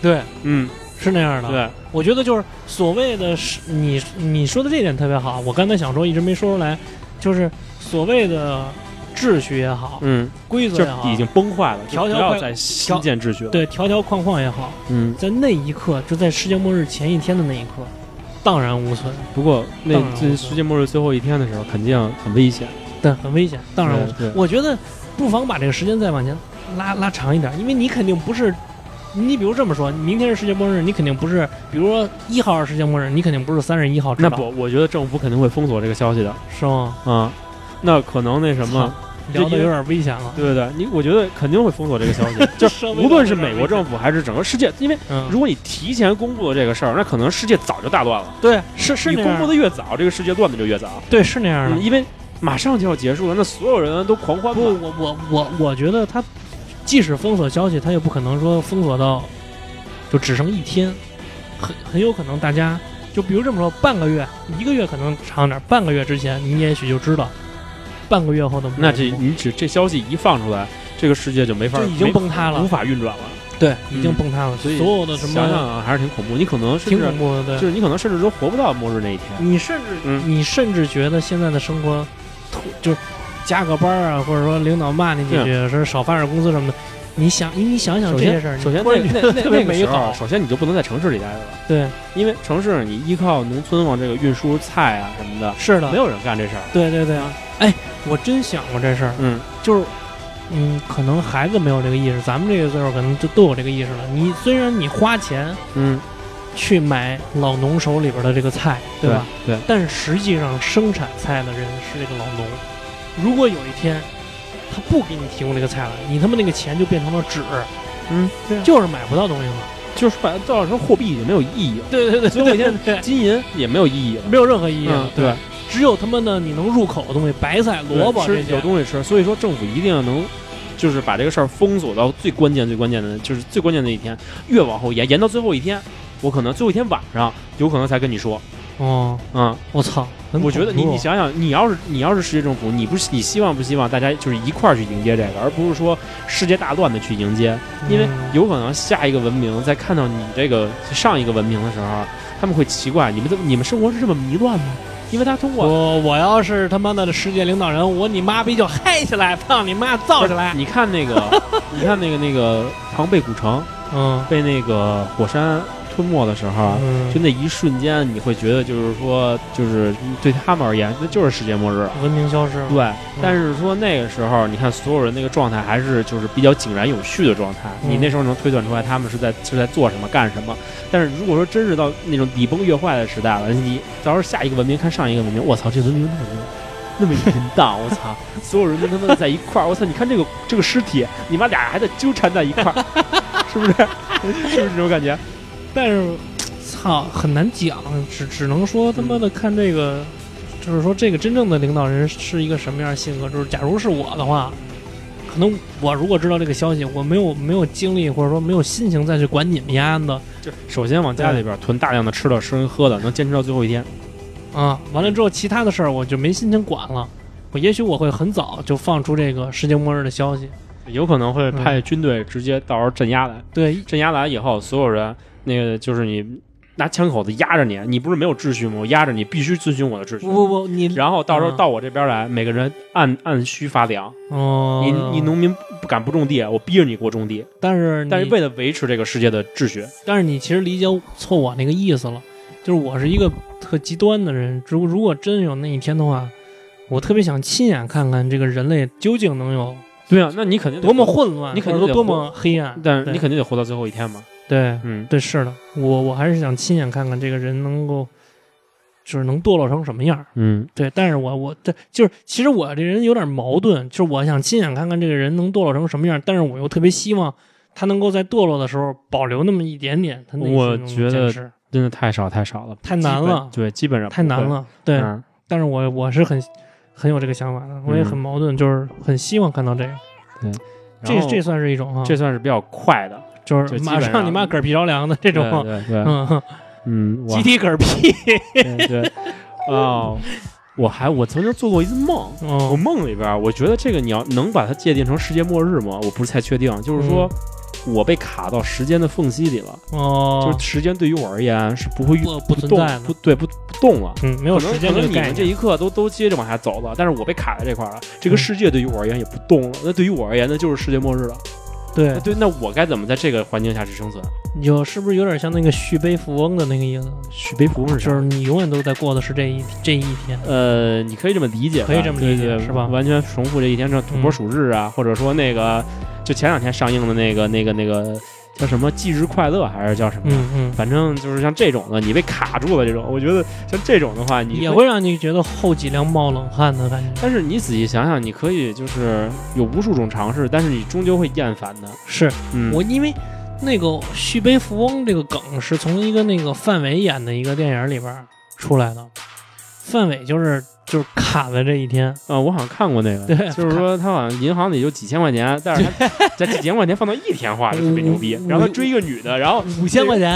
S1: 对
S2: 嗯，
S1: 是那样的。，
S2: 对，
S1: 我觉得就是所谓的是你你说的这点特别好，我刚才想说一直没说出来，就是所谓的秩序也好，
S2: 嗯，
S1: 规则
S2: 就
S1: 也好，
S2: 已经崩坏了，就
S1: 条条
S2: 不要
S1: 框
S2: 再新建秩序了。，
S1: 对条条框框也好，
S2: 嗯。
S1: 在那一刻，就在世界末日前一天的那一刻，荡然无存，
S2: 不过那
S1: 当然
S2: 这
S1: 了
S2: 世界末日最后一天的时候，肯定很危险。
S1: 但很危险，荡然无
S2: 对
S1: 存。
S2: 对
S1: 我觉得不妨把这个时间再往前拉拉长一点，因为你肯定不是，你比如这么说，明天是世界末日，你肯定不是，比如说一号是世界末日，你肯定不是三十一号知
S2: 那
S1: 道，
S2: 不，我觉得政府肯定会封锁这个消息的
S1: 是吗？
S2: 啊、那可能那什么，就
S1: 聊的
S2: 因为
S1: 有点危险了。
S2: 对对对，你我觉得肯定会封锁这个消 息，就
S1: 稍微
S2: 无论是
S1: 有点
S2: 美国
S1: 危险
S2: 政府还是整个世界，因为
S1: 嗯，
S2: 如果你提前公布了这个事儿，那可能世界早就大乱了。
S1: 对是是
S2: 你
S1: 那
S2: 公布
S1: 样的，
S2: 的越早，这个世界乱的就越早，
S1: 对是那样的
S2: 嗯，。因为马上就要结束了，那所有人都狂欢
S1: 不，
S2: 嘛。
S1: 我我我我觉得他即使封锁消息，他也不可能说封锁到就只剩一天，很很有可能大家就比如这么说，半个月、一个月可能长点儿，半个月之前你也许就知道，半个月后的
S2: 那这你只这消息一放出来，这个世界就没法
S1: 就已经崩塌
S2: 没无
S1: 了，
S2: 法运转了。
S1: 对，已经
S2: 嗯
S1: 崩塌了，
S2: 所以
S1: 有的什
S2: 想想
S1: 么
S2: 啊，还是挺恐怖。你可能甚
S1: 挺
S2: 至
S1: 恐怖的，
S2: 就
S1: 对，
S2: 是你可能甚至都活不到末日那一天。
S1: 你甚至
S2: 嗯
S1: 你甚至觉得现在的生活，突就是加个班儿啊，或者说领导骂你几句，说少发点工资什么的，你想你你想想
S2: 首
S1: 这
S2: 先
S1: 些事儿，你
S2: 首先
S1: 突
S2: 那
S1: 然觉
S2: 那
S1: 得
S2: 那
S1: 特
S2: 那
S1: 别
S2: 个
S1: 美
S2: 时候，
S1: 好，
S2: 首先你就不能在城市里待着了，
S1: 对，
S2: 因为城市你依靠农村往这个运输菜啊什么的，
S1: 是的
S2: 没，有人干这事儿。
S1: 对对对，哎，我真想过这事儿，
S2: 嗯，
S1: 就是，嗯，可能孩子没有这个意识，咱们这个岁数可能就都有这个意识了。你虽然你花钱
S2: 嗯，
S1: 去买老农手里边的这个菜，对吧？？
S2: 对，
S1: 但是实际上生产菜的人是这个老农。如果有一天他不给你提供这个菜了，你他妈那个钱就变成了纸，
S2: 嗯，对啊
S1: 就是买不到东西了。
S2: 就是把到时候货币已经没有意义了，
S1: 对对对，最后一天对，
S2: 金银也没有意义了。
S1: 没有任何意义了
S2: 嗯。对，
S1: 只有他妈的你能入口的东西，白菜、萝卜这
S2: 吃
S1: 些
S2: 有。东西吃，所以说政府一定要能，就是把这个事儿封锁到最关键、最关键的，就是最关键的一天，越往后延，延到最后一天，我可能最后一天晚上有可能才跟你说，
S1: 哦，
S2: 嗯，
S1: 我操！很
S2: 我觉得你
S1: 恐怖
S2: 你想想，你要是你要是世界政府，你不你希望不希望大家就是一块儿去迎接这个，而不是说世界大乱的去迎接，因为
S1: 嗯
S2: 有可能下一个文明在看到你这个上一个文明的时候，他们会奇怪你们怎么你们生活是这么迷乱吗？因为他通过
S1: 我我要是他妈的世界领导人，我你妈逼就嗨起来，操你妈造起来！
S2: 你 看那个，你看那个那个庞贝古城
S1: 嗯
S2: 被那个火山吞没的时候，
S1: 嗯
S2: 就那一瞬间，你会觉得就是说，就是对他们而言，那就是世界末日。
S1: 文明消失了，
S2: 对，但是说那个时候，你看所有人那个状态还是就是比较井然有序的状态，
S1: 嗯
S2: 你那时候能推断出来他们是在是在做什么干什么。但是如果说真是到那种礼崩乐坏的时代了，你到时候下一个文明看上一个文明，我操，这文明那么那么淫荡，我操，所有人都他妈在一块儿，我操，你看这个这个尸体，你妈俩还在纠缠在一块儿，是不是？ 是不是这种感觉？
S1: 但是操很难讲，只只能说他妈的看这个，就是说这个真正的领导人是一个什么样的性格。就是假如是我的话，可能我如果知道这个消息，我没有没有精力或者说没有心情再去管你们丫的
S2: 首先往家里边囤大量的吃的、吃跟喝的，能坚持到最后一天。
S1: 啊。完了之后，其他的事儿我就没心情管了。我也许我会很早就放出这个世界末日的消息。
S2: 有可能会派军队直接到时候镇压来，
S1: 对，
S2: 镇压来以后，所有人那个就是你拿枪口子压着你，你不是没有秩序吗？我压着你，必须遵循我的秩序。
S1: 不不不，你
S2: 然后到时候
S1: 嗯
S2: 到我这边来，每个人按按需发粮。
S1: 哦，
S2: 你你农民不敢不种地，我逼着你给我种地。
S1: 但是你
S2: 但是为了维持这个世界的秩序，
S1: 但是你其实理解错我那个意思了，就是我是一个特极端的人。如如果真有那一天的话，我特别想亲眼看看这个人类究竟能有
S2: 对啊，那你肯定得
S1: 多么，混乱，
S2: 你肯定
S1: 或者
S2: 得
S1: 说多么黑暗。
S2: 但
S1: 对
S2: 你肯定得活到最后一天嘛。
S1: 对
S2: 嗯，
S1: 对是的，我我还是想亲眼看看这个人能够就是能堕落成什么样儿。
S2: 嗯，
S1: 对，但是我我对就是其实我这人有点矛盾，就是我想亲眼看看这个人能堕落成什么样儿，但是我又特别希望他能够在堕落的时候保留那么一点点他内心
S2: 我
S1: 中的
S2: 觉
S1: 坚
S2: 得
S1: 持
S2: 真的太少太少了，
S1: 太难
S2: 基本
S1: 了
S2: 对，基本上
S1: 太难
S2: 不会。
S1: 了。对，
S2: 嗯
S1: 但是我我是很很有这个想法的，我也很矛盾，就是很希望看到这个。这
S2: 然后
S1: 这算是一种啊，
S2: 这算是比较快的
S1: 就
S2: 就是基
S1: 马
S2: 本
S1: 上你
S2: 上
S1: 妈嗝屁着凉的这
S2: 这
S1: 种，
S2: 对对，对
S1: 嗯，
S2: 嗯，我
S1: 集体嗝屁。
S2: 对对，哦，我还我曾经做过一次梦，我
S1: 哦，
S2: 梦里边儿，我觉得这个你要能把它界定成世界末日吗？我不是太确定，就是说。我被卡到时间的缝隙里了，
S1: 哦
S2: 就是，时间对于我而言是不会
S1: 不不
S2: 不
S1: 存
S2: 动
S1: 在
S2: 不
S1: 的，
S2: 对不不动了，
S1: 嗯，没有
S2: 可能
S1: 时间
S2: 可
S1: 这
S2: 能
S1: 个
S2: 你
S1: 概
S2: 们这
S1: 念。
S2: 一刻都都接着往下走了，但是我被卡在这块儿了，这
S1: 嗯
S2: 个世界对于我而言也不动了，那对于我而言那就是世界末日了。
S1: 对
S2: 那，对，那我该怎么在这个环境下去生存？
S1: 有是不是有点像那个续杯富翁的那个意思？
S2: 许悲符是
S1: 就是你永远都在过的是这一这一天。
S2: 呃，你可以这么理解吧，
S1: 可以这么理解
S2: 对对
S1: 是吧嗯
S2: 完全重复这一天，像土拨鼠日啊，或者说那个，就前两天上映的那个、那个、那个叫什么《忌日快乐》还是叫什么？
S1: 嗯嗯，
S2: 反正就是像这种的，你被卡住了这种，我觉得像这种的话，你
S1: 也会。嗯让你觉得后脊梁冒冷汗的感觉。
S2: 但是你仔细想想，你可以就是有无数种尝试，但是你终究会厌烦的。
S1: 是，
S2: 嗯，
S1: 我因为那个续杯富翁这个梗是从一个那个范伟演的一个电影里边出来的，范伟就是就是卡在这一天，
S2: 啊、我好像看过那个，
S1: 对
S2: 就是说他好像银行里有几千块钱，但是他 这几千块钱放到一天花就特别牛逼
S1: 我。
S2: 然后他追一个女的，然后
S1: 五千块钱，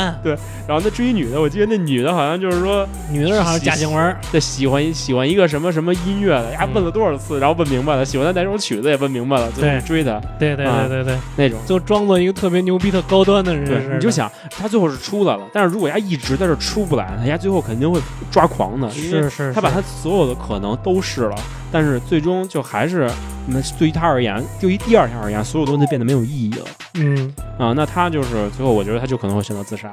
S2: 然后他追一女的，我记得那女的好像就是说
S1: 女的好像是贾静雯，
S2: 这喜欢喜欢一个什么什么音乐的，呀，
S1: 嗯
S2: 问了多少次，然后问明白了，喜欢他哪首曲子也问明白了，就
S1: 对
S2: 是追他
S1: 对对对对对，
S2: 那种。
S1: 啊就装作一个特别牛逼、特高端的人似
S2: 对
S1: 的，，
S2: 你就想他最后是出来了，但是如果他一直在这儿出不来，他家最后肯定会抓狂的，因为
S1: 是是，
S2: 他把
S1: 是
S2: 他所有的可能都试了，但是最终就还是，那对于他而言，对于第二天而言，所有东西变得没有意义了
S1: 嗯，
S2: 啊。那他就是最后，我觉得他就可能会选择自杀。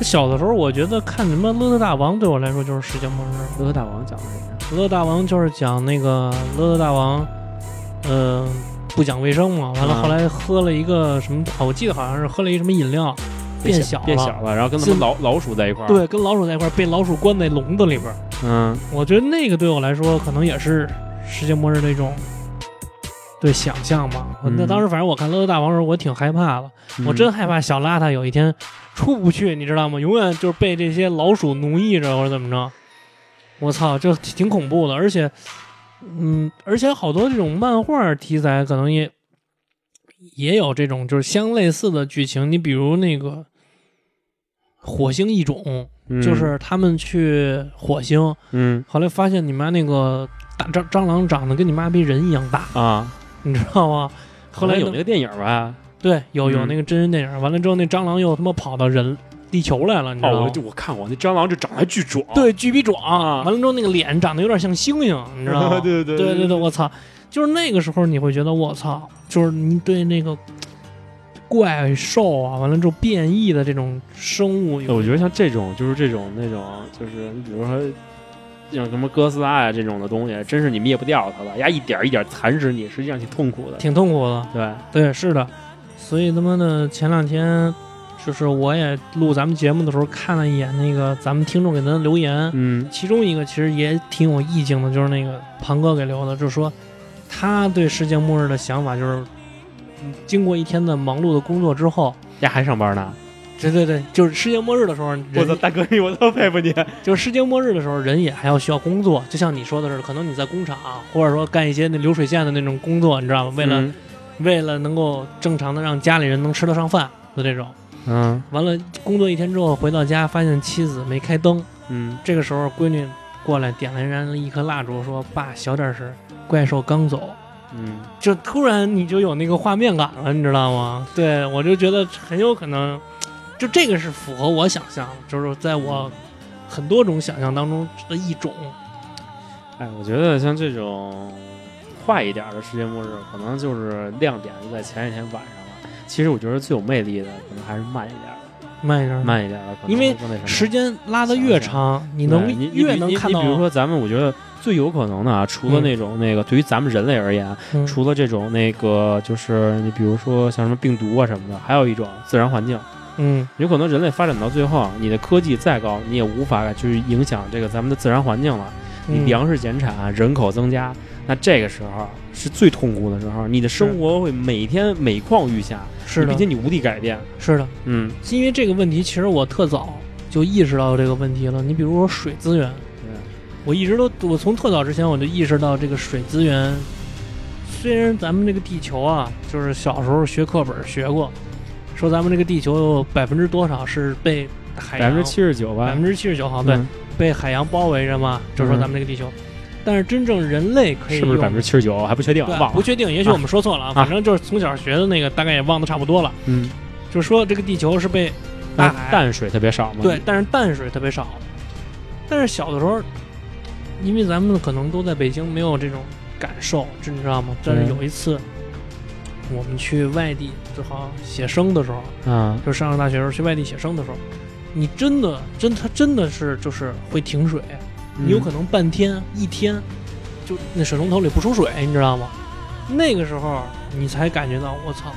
S1: 小的时候我觉得看什么《乐乐大王》对我来说就是世界末日，
S2: 乐和大王讲的是啥？
S1: 《乐乐大王》就是讲那个乐乐大王，嗯、不讲卫生嘛，完了
S2: 啊
S1: 后来喝了一个什么，啊我记得好像是喝了一什么饮料，变小了
S2: 变小了，然后跟他们
S1: 进
S2: 老老鼠在一块儿。，
S1: 对，跟老鼠在一块儿，被老鼠关在笼子里边儿。
S2: 嗯，
S1: 我觉得那个对我来说，可能也是世界末日的一种对想象吧。我那
S2: 嗯
S1: 当时反正我看《乐乐大王》的时候，我挺害怕的，我
S2: 嗯
S1: 真害怕小邋遢有一天出不去，你知道吗？永远就是被这些老鼠奴役着，或者怎么着。我操，这挺恐怖的，而且，嗯，而且好多这种漫画题材可能也也有这种就是相类似的剧情。你比如那个火星异种，
S2: 嗯
S1: 就是他们去火星，
S2: 嗯
S1: 后来发现你妈那个大蟑蟑螂长得跟你妈逼人一样大，
S2: 啊，
S1: 你知道吗？后来
S2: 有
S1: 呢
S2: 那个电影吧？
S1: 对，有有
S2: 嗯
S1: 那个真人电影，完了之后那蟑螂又他妈跑到人地球来了，你知道
S2: 哦，
S1: 吗
S2: 我？就我看过，那蟑螂这长得还巨壮。
S1: 对，巨逼壮，
S2: 啊
S1: 完了之后那个脸长得有点像猩猩，你知道吗？
S2: 对对
S1: 对对对，我操！就是那个时候你会觉得我操，就是你对那个怪兽啊，完了之后变异的这种生物有，
S2: 我觉得像这种就是这种那种就是你比如说。像什么哥斯拉呀、这种的东西，真是你灭不掉它的，呀一点一点蚕食你，实际上挺痛苦的。
S1: 挺痛苦的。
S2: 对，
S1: 对，是的，所以他妈的前两天，就是我也录咱们节目的时候看了一眼那个咱们听众给咱的留言，
S2: 嗯
S1: 其中一个其实也挺有意境的，就是那个庞哥给留的，就是说他对世界末日的想法就是，嗯经过一天的忙碌的工作之后，
S2: 呀还上班呢。
S1: 对对对，就是世界末日的时候，
S2: 我操，
S1: 人
S2: 大哥你，我特佩服你。
S1: 就是世界末日的时候，人也还要需要工作，就像你说的是，可能你在工厂、啊或者说干一些那流水线的那种工作，你知道吗？为了、
S2: 嗯
S1: 为了能够正常的让家里人能吃得上饭的这种。
S2: 嗯
S1: 完了，工作一天之后回到家，发现妻子没开灯。
S2: 嗯
S1: 这个时候，闺女过来点了燃了一颗蜡烛，说：“爸，小点声，怪兽刚走。
S2: 嗯，”
S1: 就突然你就有那个画面感了，你知道吗？对我就觉得很有可能，就这个是符合我想象的，就是在我很多种想象当中的一种。
S2: 哎，我觉得像这种快一点的世界末日，可能就是亮点就在前一天晚上了。其实我觉得最有魅力的，可能还是慢一点的，
S1: 慢一点，
S2: 慢一点的，可能
S1: 因为
S2: 会更那什么
S1: 时间拉得越长，你能
S2: 对你
S1: 越
S2: 你
S1: 能
S2: 你
S1: 看
S2: 你
S1: 到。
S2: 比如说咱们，我觉得最有可能的啊，除了
S1: 嗯
S2: 那种那个，对于咱们人类而言，
S1: 嗯，
S2: 除了这种那个，就是你比如说像什么病毒啊什么的，还有一种自然环境，
S1: 嗯，
S2: 有可能人类发展到最后，你的科技再高，你也无法去影响这个咱们的自然环境了。你
S1: 嗯
S2: 粮食减产，人口增加，那这个时候是最痛苦的时候，你的生活会每天每况愈下，
S1: 是
S2: 你
S1: 的
S2: 毕，竟你无力改变。
S1: 是的。
S2: 嗯，
S1: 是因为这个问题，其实我特早就意识到这个问题了。你比如说水资源，
S2: 嗯
S1: 我一直都，我从特早之前我就意识到这个水资源。虽然咱们这个地球啊，就是小时候学课本学过，说咱们这个地球有百分之多少是被海
S2: 百
S1: 洋
S2: 分之七十九吧，
S1: 百分之七十九，好对，
S2: 嗯
S1: 被海洋包围着嘛，就说咱们这个地球。但是真正人类可以
S2: 是不是
S1: 用
S2: 百分之七十九还不确定，
S1: 对
S2: 忘
S1: 不
S2: 了。
S1: 确定，也许我们说错了，啊、反正就是从小学的那个，大概也忘得差不多了。
S2: 嗯，
S1: 就是说这个地球是被大
S2: 但
S1: 海
S2: 淡水特别少嘛。
S1: 对，，但是淡水特别少。但是小的时候，因为咱们可能都在北京，没有这种感受，这你知道吗？但是
S2: 嗯
S1: 有一次，我们去外地，正好写生的时候，
S2: 啊，
S1: 就上了大学时候去外地写生的时候，你真的真它真的是就是会停水，
S2: 嗯
S1: 你有可能半天一天，就那水龙头里不出水，你知道吗？那个时候你才感觉到，我操，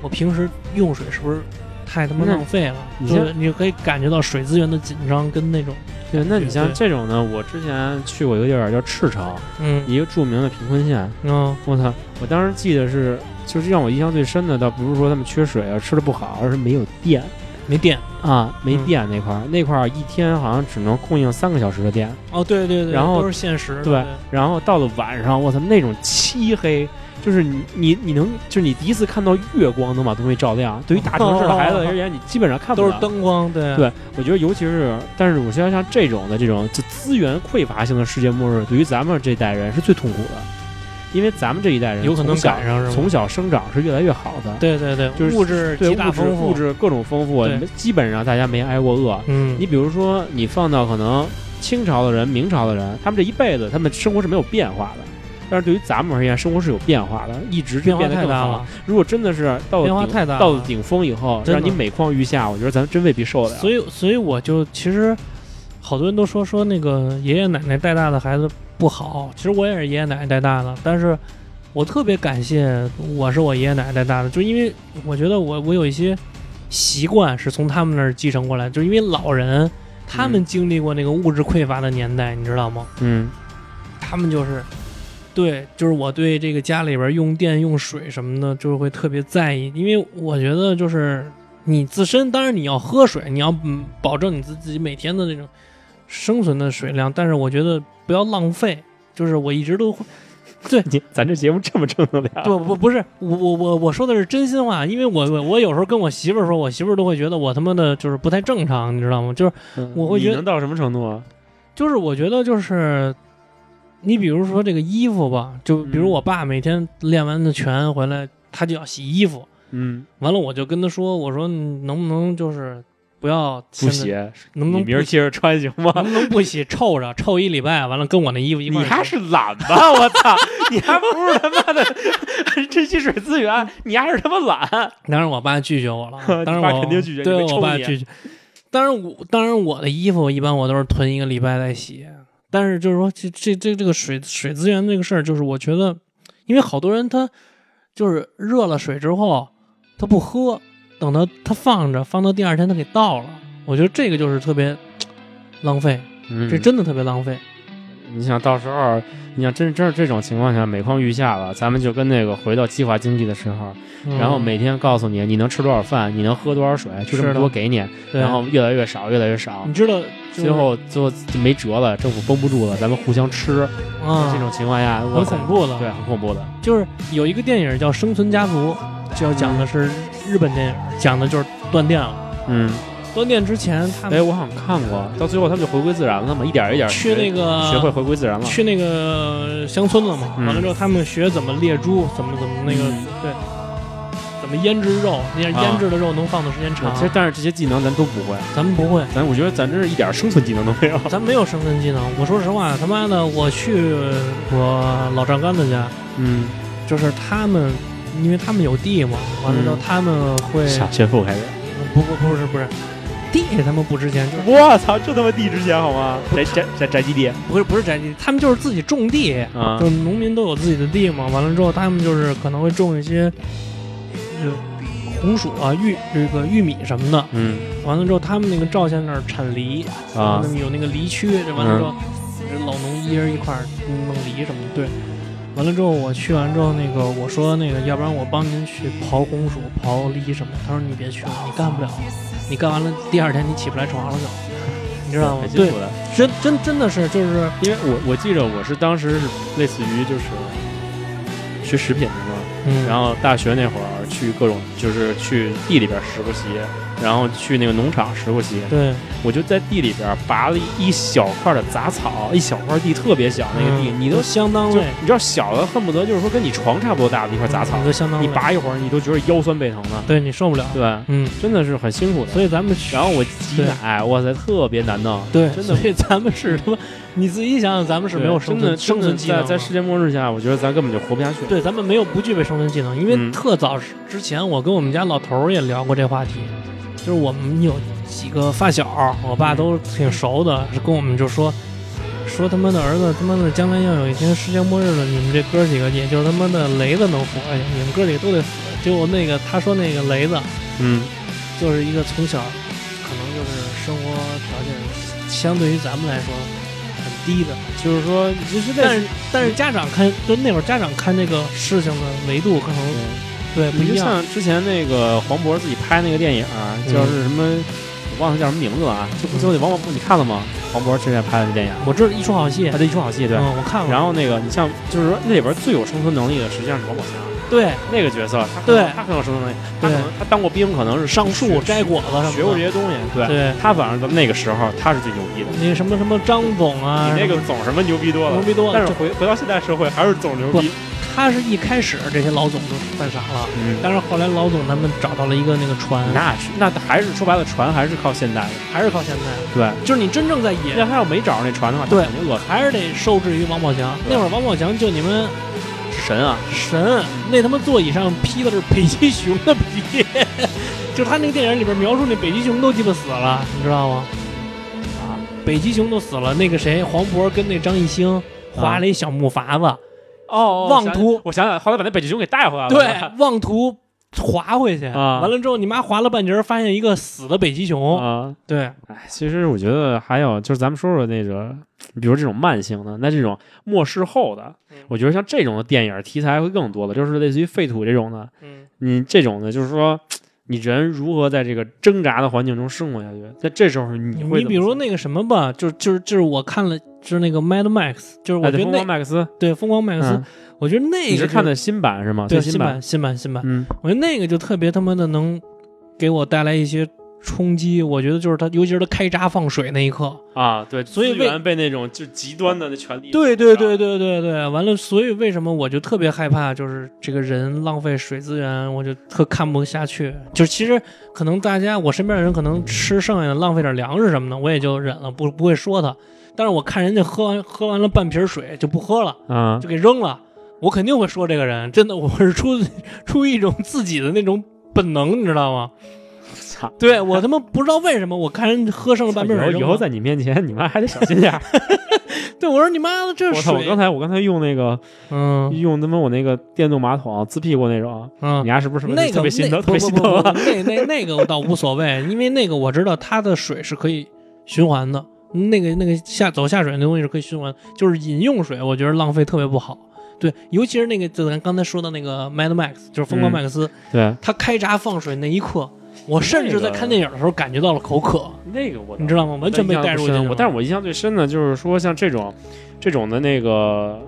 S1: 我平时用水是不是太他妈
S2: 那
S1: 浪费了？
S2: 嗯你
S1: 就
S2: 像
S1: 是你可以感觉到水资源的紧张跟那种，
S2: 对，那你
S1: 对
S2: 像
S1: 对
S2: 这种呢，我之前去过一个地儿叫赤城，
S1: 嗯
S2: 一个著名的贫困县。
S1: 嗯
S2: 我操！我当时记得是，就是让我印象最深的，倒不是说他们缺水啊、吃的不好，而是没有电
S1: 没电
S2: 啊，没
S1: 嗯
S2: 电那块儿，那块儿一天好像只能供应三个小时的电。
S1: 哦，对对对，
S2: 然后
S1: 都是现实的，
S2: 对然后到了晚上，我操，那种漆黑，就是你你你能，就是你第一次看到月光能把东西照亮。对于大城市的孩子而言，你基本上看不
S1: 都
S2: 到。
S1: 是灯光，对
S2: 对，我觉得尤其是，但是我觉得像这种的这种就资源匮乏性的世界末日，对于咱们这代人是最痛苦的，因为咱们这一代人
S1: 有可能
S2: 从小
S1: 赶上是吗
S2: 从小生长是越来越好的，
S1: 对对对，
S2: 就是
S1: 物质
S2: 对
S1: 极大
S2: 物质
S1: 丰富，
S2: 物质各种丰富
S1: 对，
S2: 基本上大家没挨过饿。
S1: 嗯，
S2: 你比如说，你放到可能清朝的人、明朝的人，他们这一辈子他们生活是没有变化的。但是对于咱们而言，生活是有变化的，一直
S1: 变化
S2: 得
S1: 太
S2: 更
S1: 大
S2: 好
S1: 了。，
S2: 如果真的是到了
S1: 变化
S2: 顶
S1: 太大了
S2: 到了顶峰以后，
S1: 真的
S2: 让你每况愈下，我觉得咱真未必受得了。
S1: 所以，所以我就其实好多人都说说那个爷爷奶奶带大的孩子不好，其实我也是爷爷奶奶带大的，但是我特别感谢我是我爷爷奶奶带大的，就因为我觉得我我有一些习惯是从他们那儿继承过来，就因为老人他们
S2: 嗯
S1: 经历过那个物质匮乏的年代，你知道吗？
S2: 嗯，
S1: 他们就是。对，就是我对这个家里边用电、用水什么的，就是会特别在意，因为我觉得就是你自身，当然你要喝水，你要嗯保证你自自己每天的那种生存的水量，但是我觉得不要浪费。就是我一直都会，
S2: 你咱这节目这么正能量，
S1: 不不不是我我我我说的是真心话，因为我我我有时候跟我媳妇儿说，我媳妇儿都会觉得我他妈的就是不太正常，你知道吗？就是
S2: 嗯
S1: 我会
S2: 你
S1: 觉得
S2: 能到什么程度啊？
S1: 就是我觉得就是，你比如说这个衣服吧，就比如
S2: 嗯
S1: 我爸每天练完的拳回来，他就要洗衣服，
S2: 嗯
S1: 完了我就跟他说，我说你能不能就是不要
S2: 不
S1: 现在
S2: 洗，
S1: 能不
S2: 你
S1: 能
S2: 明
S1: 不
S2: 儿接着穿行吗？
S1: 能不能不洗？ 臭着，臭一礼拜，完了跟我那衣服一块
S2: 你
S1: 儿洗。
S2: 还是懒吧，我操！你还不是他妈的 珍惜水资源，你还是他妈懒。
S1: 当然我爸拒绝我了啊
S2: ，你
S1: 当然
S2: 爸
S1: 我
S2: 肯定拒绝
S1: 对
S2: 你没
S1: 我爸
S2: 抽你
S1: 拒绝。当然我当然我的衣服一般我都是囤一个礼拜再洗，但是就是说这这这这个水水资源这个事儿，就是我觉得，因为好多人他就是热了水之后他不喝，等到他放着放到第二天他给倒了，我觉得这个就是特别浪费，
S2: 嗯
S1: 这真的特别浪费。
S2: 你想到时候，你想真真是这种情况下每况愈下了，咱们就跟那个回到计划经济的时候，
S1: 嗯
S2: 然后每天告诉你你能吃多少饭，你能喝多少水，就这么
S1: 是的
S2: 多给你，
S1: 对嗯
S2: 然后越来越少，越来越少
S1: 你，知道就是
S2: 最后最后就没辙了，政府绷不住了，咱们互相吃。
S1: 啊
S2: 这种情况下，
S1: 很
S2: 我操
S1: 恐，怖的，
S2: 对，很恐怖的。
S1: 就是有一个电影叫《生存家族》，就讲的是日本电影，讲的就是断电了。
S2: 嗯，
S1: 断电之前，他
S2: 哎，
S1: 们
S2: 我好像看过，到最后他们就回归自然了嘛，一点儿一点儿
S1: 去那个
S2: 学会回归自然了。
S1: 去那个乡村了嘛，
S2: 嗯
S1: 完了之后他们学怎么猎猪，怎么怎么那个
S2: 嗯
S1: 对，怎么腌制肉，那样
S2: 啊
S1: 腌制的肉能放的时间长
S2: 其。实但是这些技能咱都不会，
S1: 咱们不会，
S2: 咱我觉得咱真是一点儿生存技能都没有。
S1: 咱没有生存技能。我说实话，他妈的，我去我老丈杆子家，
S2: 嗯，
S1: 就是他们，因为他们有地嘛，完了之后
S2: 嗯
S1: 他们会
S2: 傻炫富开始。
S1: 不不不是不是，地他们不值钱，就是
S2: 我操，这他妈地值钱好吗？宅宅宅宅基地
S1: 不是不是宅基地，他们就是自己种地，
S2: 啊
S1: 就是农民都有自己的地嘛。完了之后，他们就是可能会种一些，呃，红薯啊、玉这个玉米什么的。
S2: 嗯
S1: 完了之后，他们那个赵县那儿产梨，
S2: 啊嗯
S1: 那，么有那个梨区，这完了之后，这老农一人一块儿弄梨什么的。对，完了之后我去完之后，那个我说那个，要不然我帮您去刨红薯、刨梨什么的。他说你别去了，你干不了，你干完了第二天你起不来床了就， 你知道吗
S2: 很？辛
S1: 对
S2: 苦，的。
S1: 真真真的是就是。
S2: 因为我我记着我是当时是类似于就是学食品的嘛，
S1: 嗯，
S2: 然后大学那会儿去各种就是去地里边儿实过习，然后去那个农场实过习，
S1: 对，
S2: 我就在地里边儿拔了一小块的杂草，一小块地特别小那个地，
S1: 嗯
S2: 你都
S1: 相当
S2: 就
S1: 累，
S2: 你知道小的恨不得就是说跟你床差不多大的一块杂草
S1: 你，都相当
S2: 你
S1: 累，
S2: 拔一会儿你都觉得腰酸背疼的，
S1: 对你受不了，
S2: 对，
S1: 嗯，
S2: 真的是很辛苦的。
S1: 所以咱们去
S2: 然后我挤奶，哇塞，特别难弄。
S1: 对，
S2: 真的
S1: 所以咱们是他妈，你自己想想，咱们是没有生
S2: 真的
S1: 存生存技能
S2: 在
S1: 的，
S2: 在世界末日下，我觉得咱根本就活不下去。
S1: 对，咱们没有不具备生存技能，因
S2: 嗯
S1: 为特早之前我跟我们家老头儿也聊过这话题，就是我们有几个发小，我爸都挺熟的，是跟我们就说。说他妈的儿子，他妈的将来要有一天世界末日了，你们这哥几个也就他妈的雷子能活下去，你们哥几个都得死。结果那个他说那个雷子，
S2: 嗯，
S1: 就是一个从小可能就是生活条件相对于咱们来说很低的，
S2: 就是说，就是
S1: 但是但是家长看，就那会儿家长看这个事情的维度可能对不
S2: 嗯你就
S1: 一样，
S2: 像之前那个黄渤自己拍那个电影儿，叫是什么，我忘了叫什么名字了啊。就就那王宝，你看了吗？黄渤之前拍的那电影儿，
S1: 我这是一出好戏
S2: 他，的一出好戏，对。
S1: 嗯，我看过，
S2: 然后那个，你像就是说那里边最有生存能力的，实际上是王宝强
S1: 对
S2: 那个角色，他
S1: 对
S2: 他很有生存能力，他可能他当过兵，可能是
S1: 上
S2: 学
S1: 树摘果子什么的，
S2: 学过这些东西，对。
S1: 对，
S2: 他反正在那个时候他是最牛逼的，
S1: 那个什么什么张总啊，
S2: 比那
S1: 什
S2: 个
S1: 么
S2: 总什么牛逼多了，
S1: 牛逼多了
S2: 但是
S1: 这
S2: 回回到现代社会，还是总牛逼。
S1: 他是一开始这些老总都犯傻了，
S2: 嗯，
S1: 但是后来老总他们找到了一个那个船，
S2: 那是那还是说白了，船还是靠现代的。
S1: 还是靠现在，
S2: 对，
S1: 就是你真正在野
S2: 那他要没找着那船的话，他
S1: 对
S2: 肯定饿死。
S1: 还是得受制于王宝强。
S2: 对
S1: 那会儿王宝强就你们
S2: 神啊，
S1: 神，那他妈座椅上披的是北极熊的皮， 就是他那个电影里边描述那北极熊都鸡巴死了，你知道吗？啊，北极熊都死了，那个谁，黄渤跟那张艺兴划了一小木筏子，
S2: 哦
S1: 妄图
S2: 我想想，后来把那北极熊给带回来了。
S1: 对，妄图划回去，
S2: 啊
S1: 完了之后你妈划了半截儿，发现一个死的北极熊，
S2: 啊，
S1: 对，
S2: 哎，其实我觉得还有就是咱们说说那个，比如这种慢性的，那这种末世后的
S1: 嗯，
S2: 我觉得像这种的电影题材会更多的，就是类似于废土这种的，
S1: 嗯，
S2: 你这种的，就是说，你人如何在这个挣扎的环境中生活下去？在这时候你会
S1: 你比如那个什么吧，就是就是就是我看了，就是那个 Mad Max，就是
S2: 哎
S1: 我觉
S2: 对
S1: 得
S2: 疯
S1: 那
S2: 狂麦克斯，
S1: 对疯狂麦克斯
S2: 嗯，
S1: 我觉得那
S2: 你
S1: 个
S2: 是
S1: 就
S2: 看的新版是吗？
S1: 对
S2: 最新
S1: 新版新版新版。
S2: 嗯
S1: 我觉得那个就特别他妈的能给我带来一些冲击，我觉得就是他，尤其是他开闸放水那一刻，
S2: 啊，对，
S1: 所以
S2: 资
S1: 为
S2: 源被那种就极端的那权力，
S1: 对对对，对对对，完了，所以为什么我就特别害怕，就是这个人浪费水资源，我就特看不下去。就是其实可能大家我身边的人可能吃剩下的浪费点粮食什么的，我也就忍了，不不会说他。但是我看人家喝完喝完了半瓶水就不喝了，
S2: 嗯
S1: 就给扔了，我肯定会说这个人真的，我是出 出于一种自己的那种本能，你知道吗？
S2: 操，
S1: 对我他妈不知道为什么，我看人喝剩了半
S2: 以
S1: 瓶水
S2: 后
S1: 扔
S2: 以
S1: 了
S2: 后在你面前，你妈还得小心 点儿。
S1: 对我说你妈的这
S2: 我操！我刚
S1: 水，
S2: 才我刚才用那个
S1: 嗯
S2: 用他妈我那个电动马桶滋屁股那种，啊
S1: 嗯
S2: 你，丫是不是
S1: 那个
S2: 特别心疼？
S1: 那
S2: 特别心疼
S1: 不不不
S2: 啊！
S1: 不那那那个我倒无所谓，因为那个我知道它的水是可以循环的，那个那个下走下水那东西是可以循环，就是饮用水，我觉得浪费特别不好。对，尤其是那个就咱刚才说的那个 Mad Max，就是疯狂
S2: 嗯
S1: 麦克斯，
S2: 对，
S1: 他开闸放水那一刻，我甚至在看电影的时候感觉到了口渴，
S2: 那个我
S1: 你知道吗？完全被带入进去了。
S2: 我但是我印象最深的就是说，像这种这种的那个，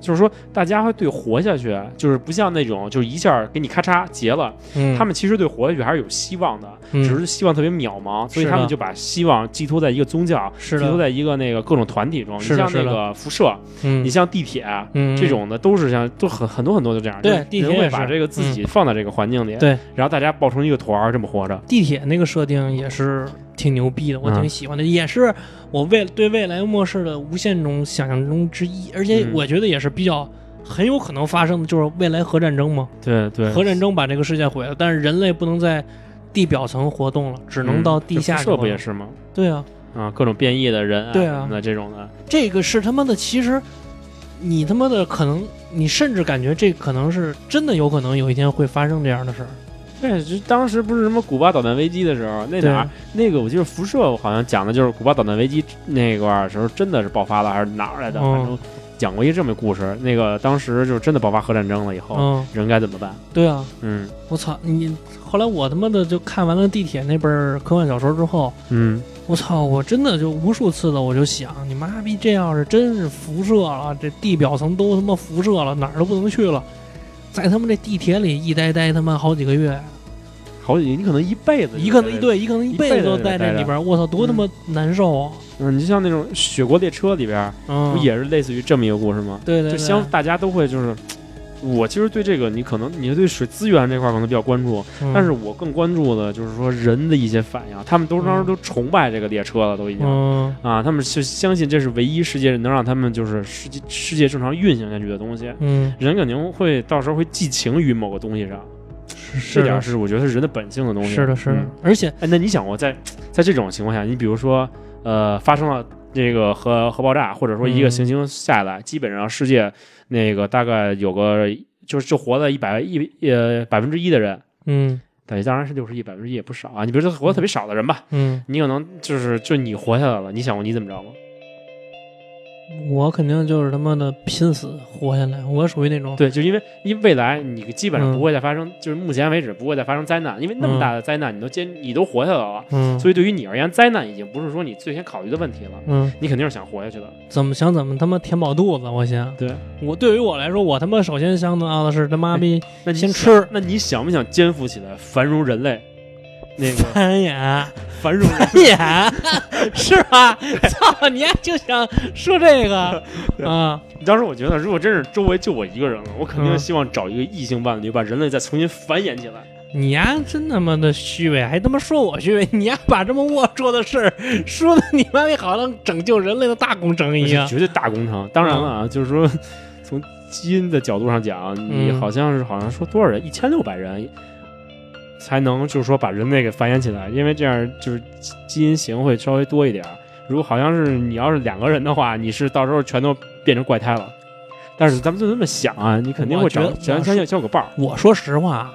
S2: 就是说大家会对活下去，啊就是不像那种就是一下给你咔嚓结了，
S1: 嗯
S2: 他们其实对活下去还是有希望的，
S1: 嗯
S2: 只是希望特别渺茫，所以
S1: 是
S2: 他们
S1: 的
S2: 就把希望寄托在一个宗教，
S1: 是
S2: 寄托
S1: 的，
S2: 在一个那个各种团体中。你
S1: 是的
S2: 像那
S1: 是的
S2: 个辐射，
S1: 嗯
S2: 你像地铁。啊
S1: 嗯
S2: 这种的都是像都很很多很多就这样，
S1: 对
S2: 就是
S1: 地铁
S2: 人
S1: 也
S2: 会
S1: 是嗯
S2: 把这个自己放在这个环境里，
S1: 对，
S2: 然后大家抱成一个团儿这么活着，
S1: 地铁那个设定也是挺牛逼的，我
S2: 嗯
S1: 挺喜欢的，也是我未对未来末世的无限种想象中之一，而且
S2: 嗯
S1: 我觉得也是比较很有可能发生的，就是未来核战争嘛，
S2: 对对
S1: 核战争把这个世界毁了，但是人类不能在地表层活动了，
S2: 嗯
S1: 只能到地下去
S2: 社
S1: 活动
S2: 不也是吗？
S1: 对啊，
S2: 啊，各种变异的人、
S1: 对啊
S2: 什么的这种的，
S1: 这个是他妈的，其实你他妈的可能，你甚至感觉这可能是真的，有可能有一天会发生这样的事儿。
S2: 对，就当时不是什么古巴导弹危机的时候，那
S1: 对
S2: 哪儿那个我记得辐射，我好像讲的就是古巴导弹危机那块儿时候真的是爆发了，还是哪儿来的？
S1: 哦
S2: 反正讲过一这么一故事。那个当时就是真的爆发核战争了以后，
S1: 嗯，
S2: 人该怎么办？
S1: 对啊，
S2: 嗯
S1: 我操你！后来我他妈的就看完了地铁那本儿科幻小说之后，
S2: 嗯，
S1: 我操！我真的就无数次的我就想，你妈逼这要是真是辐射了，这地表层都他妈辐射了，哪儿都不能去了，在他妈这地铁里一待待他妈好几个月，
S2: 好几你可能一辈子
S1: 一个一
S2: 一，
S1: 对一个一
S2: 一辈子
S1: 辈子都
S2: 得
S1: 在这
S2: 待着
S1: 里边儿，我操，多他妈难受啊！
S2: 嗯，你就像那种《雪国列车》里边儿，
S1: 嗯，
S2: 不也是类似于这么一个故事吗？
S1: 对对
S2: 就
S1: 对，
S2: 相大家都会就是。我其实对这个，你可能你对水资源这块儿可能比较关注，
S1: 嗯
S2: 但是我更关注的就是说人的一些反应，他们都当时都崇拜这个列车了，都已经、
S1: 嗯
S2: 啊，他们是相信这是唯一世界能让他们就是世界世界正常运行下去的东西。
S1: 嗯
S2: 人肯定会到时候会寄情于某个东西上，
S1: 是
S2: 这
S1: 嗯是
S2: 点
S1: 的，
S2: 是我觉得是人的本性的东西。
S1: 是的，是的
S2: 嗯，
S1: 而且
S2: 哎，那你想过在在这种情况下，你比如说呃发生了这个核核爆炸，或者说一个
S1: 嗯
S2: 行星下来，基本上世界那个大概有个就是就活了一百一呃百分之一的人，
S1: 嗯
S2: 等于当然是六十亿，百分之一也不少啊。你比如说活得特别少的人吧，
S1: 嗯，
S2: 你可能就是就你活下来了，你想过你怎么着吗？
S1: 我肯定就是他妈的拼死活下来，我属于那种
S2: 对，就因为因为未来你基本
S1: 嗯
S2: 上不会再发生，就是目前为止不会再发生灾难，因为那么
S1: 嗯
S2: 大的灾难你都坚你都活下来了，
S1: 嗯，
S2: 所以对于你而言，灾难已经不是说你最先考虑的问题了，
S1: 嗯。
S2: 你肯定是想活下去的。
S1: 怎么想怎么他妈填饱肚子，我先。
S2: 对哎
S1: 我对于我来说，我他妈首先想到的是他妈逼
S2: 那你
S1: 先
S2: 想
S1: 吃
S2: 那你想不想肩负起来繁荣人类？那 个
S1: 攀岩，
S2: 繁荣人
S1: 岩 是吧？ 操，你还就想说这 个啊？
S2: 当时我觉得，如果真是周围就我一个人了，我肯定
S1: 嗯
S2: 希望找一个异性伴侣，把人类再重新繁衍起来。
S1: 你呀，真他妈的虚伪，还他妈说我虚伪！你呀，把这么龌龊的事儿说的你妈逼好像拯救人类的大工程一
S2: 是
S1: 样。
S2: 绝对大工程。当然了
S1: 嗯
S2: 啊，就是说从基因的角度上讲，你
S1: 嗯
S2: 好像是好像说多少人，一千六百人才能就是说把人类给繁衍起来，因为这样就是基基因型会稍微多一点儿。如果好像是你要是两个人的话，你是到时候全都变成怪胎了。但是咱们就这么想啊，你肯定会
S1: 我觉
S2: 找
S1: 得
S2: 想
S1: 我
S2: 想想小伙伴儿。
S1: 我说实话，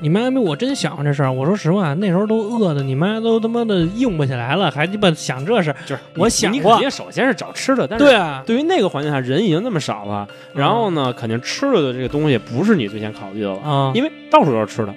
S1: 你妈逼，我真想这事儿。我说实话，那时候都饿的你妈都他妈的硬不起来了，还鸡巴想这事儿。
S2: 就是
S1: 我想
S2: 你
S1: 过
S2: 肯定首先是找吃的，但是
S1: 对嗯啊，
S2: 对于那个环境下人已经那么少了，然后呢，肯定吃的这个东西不是你最先考虑的了。
S1: 啊，
S2: 因为到处都是吃的，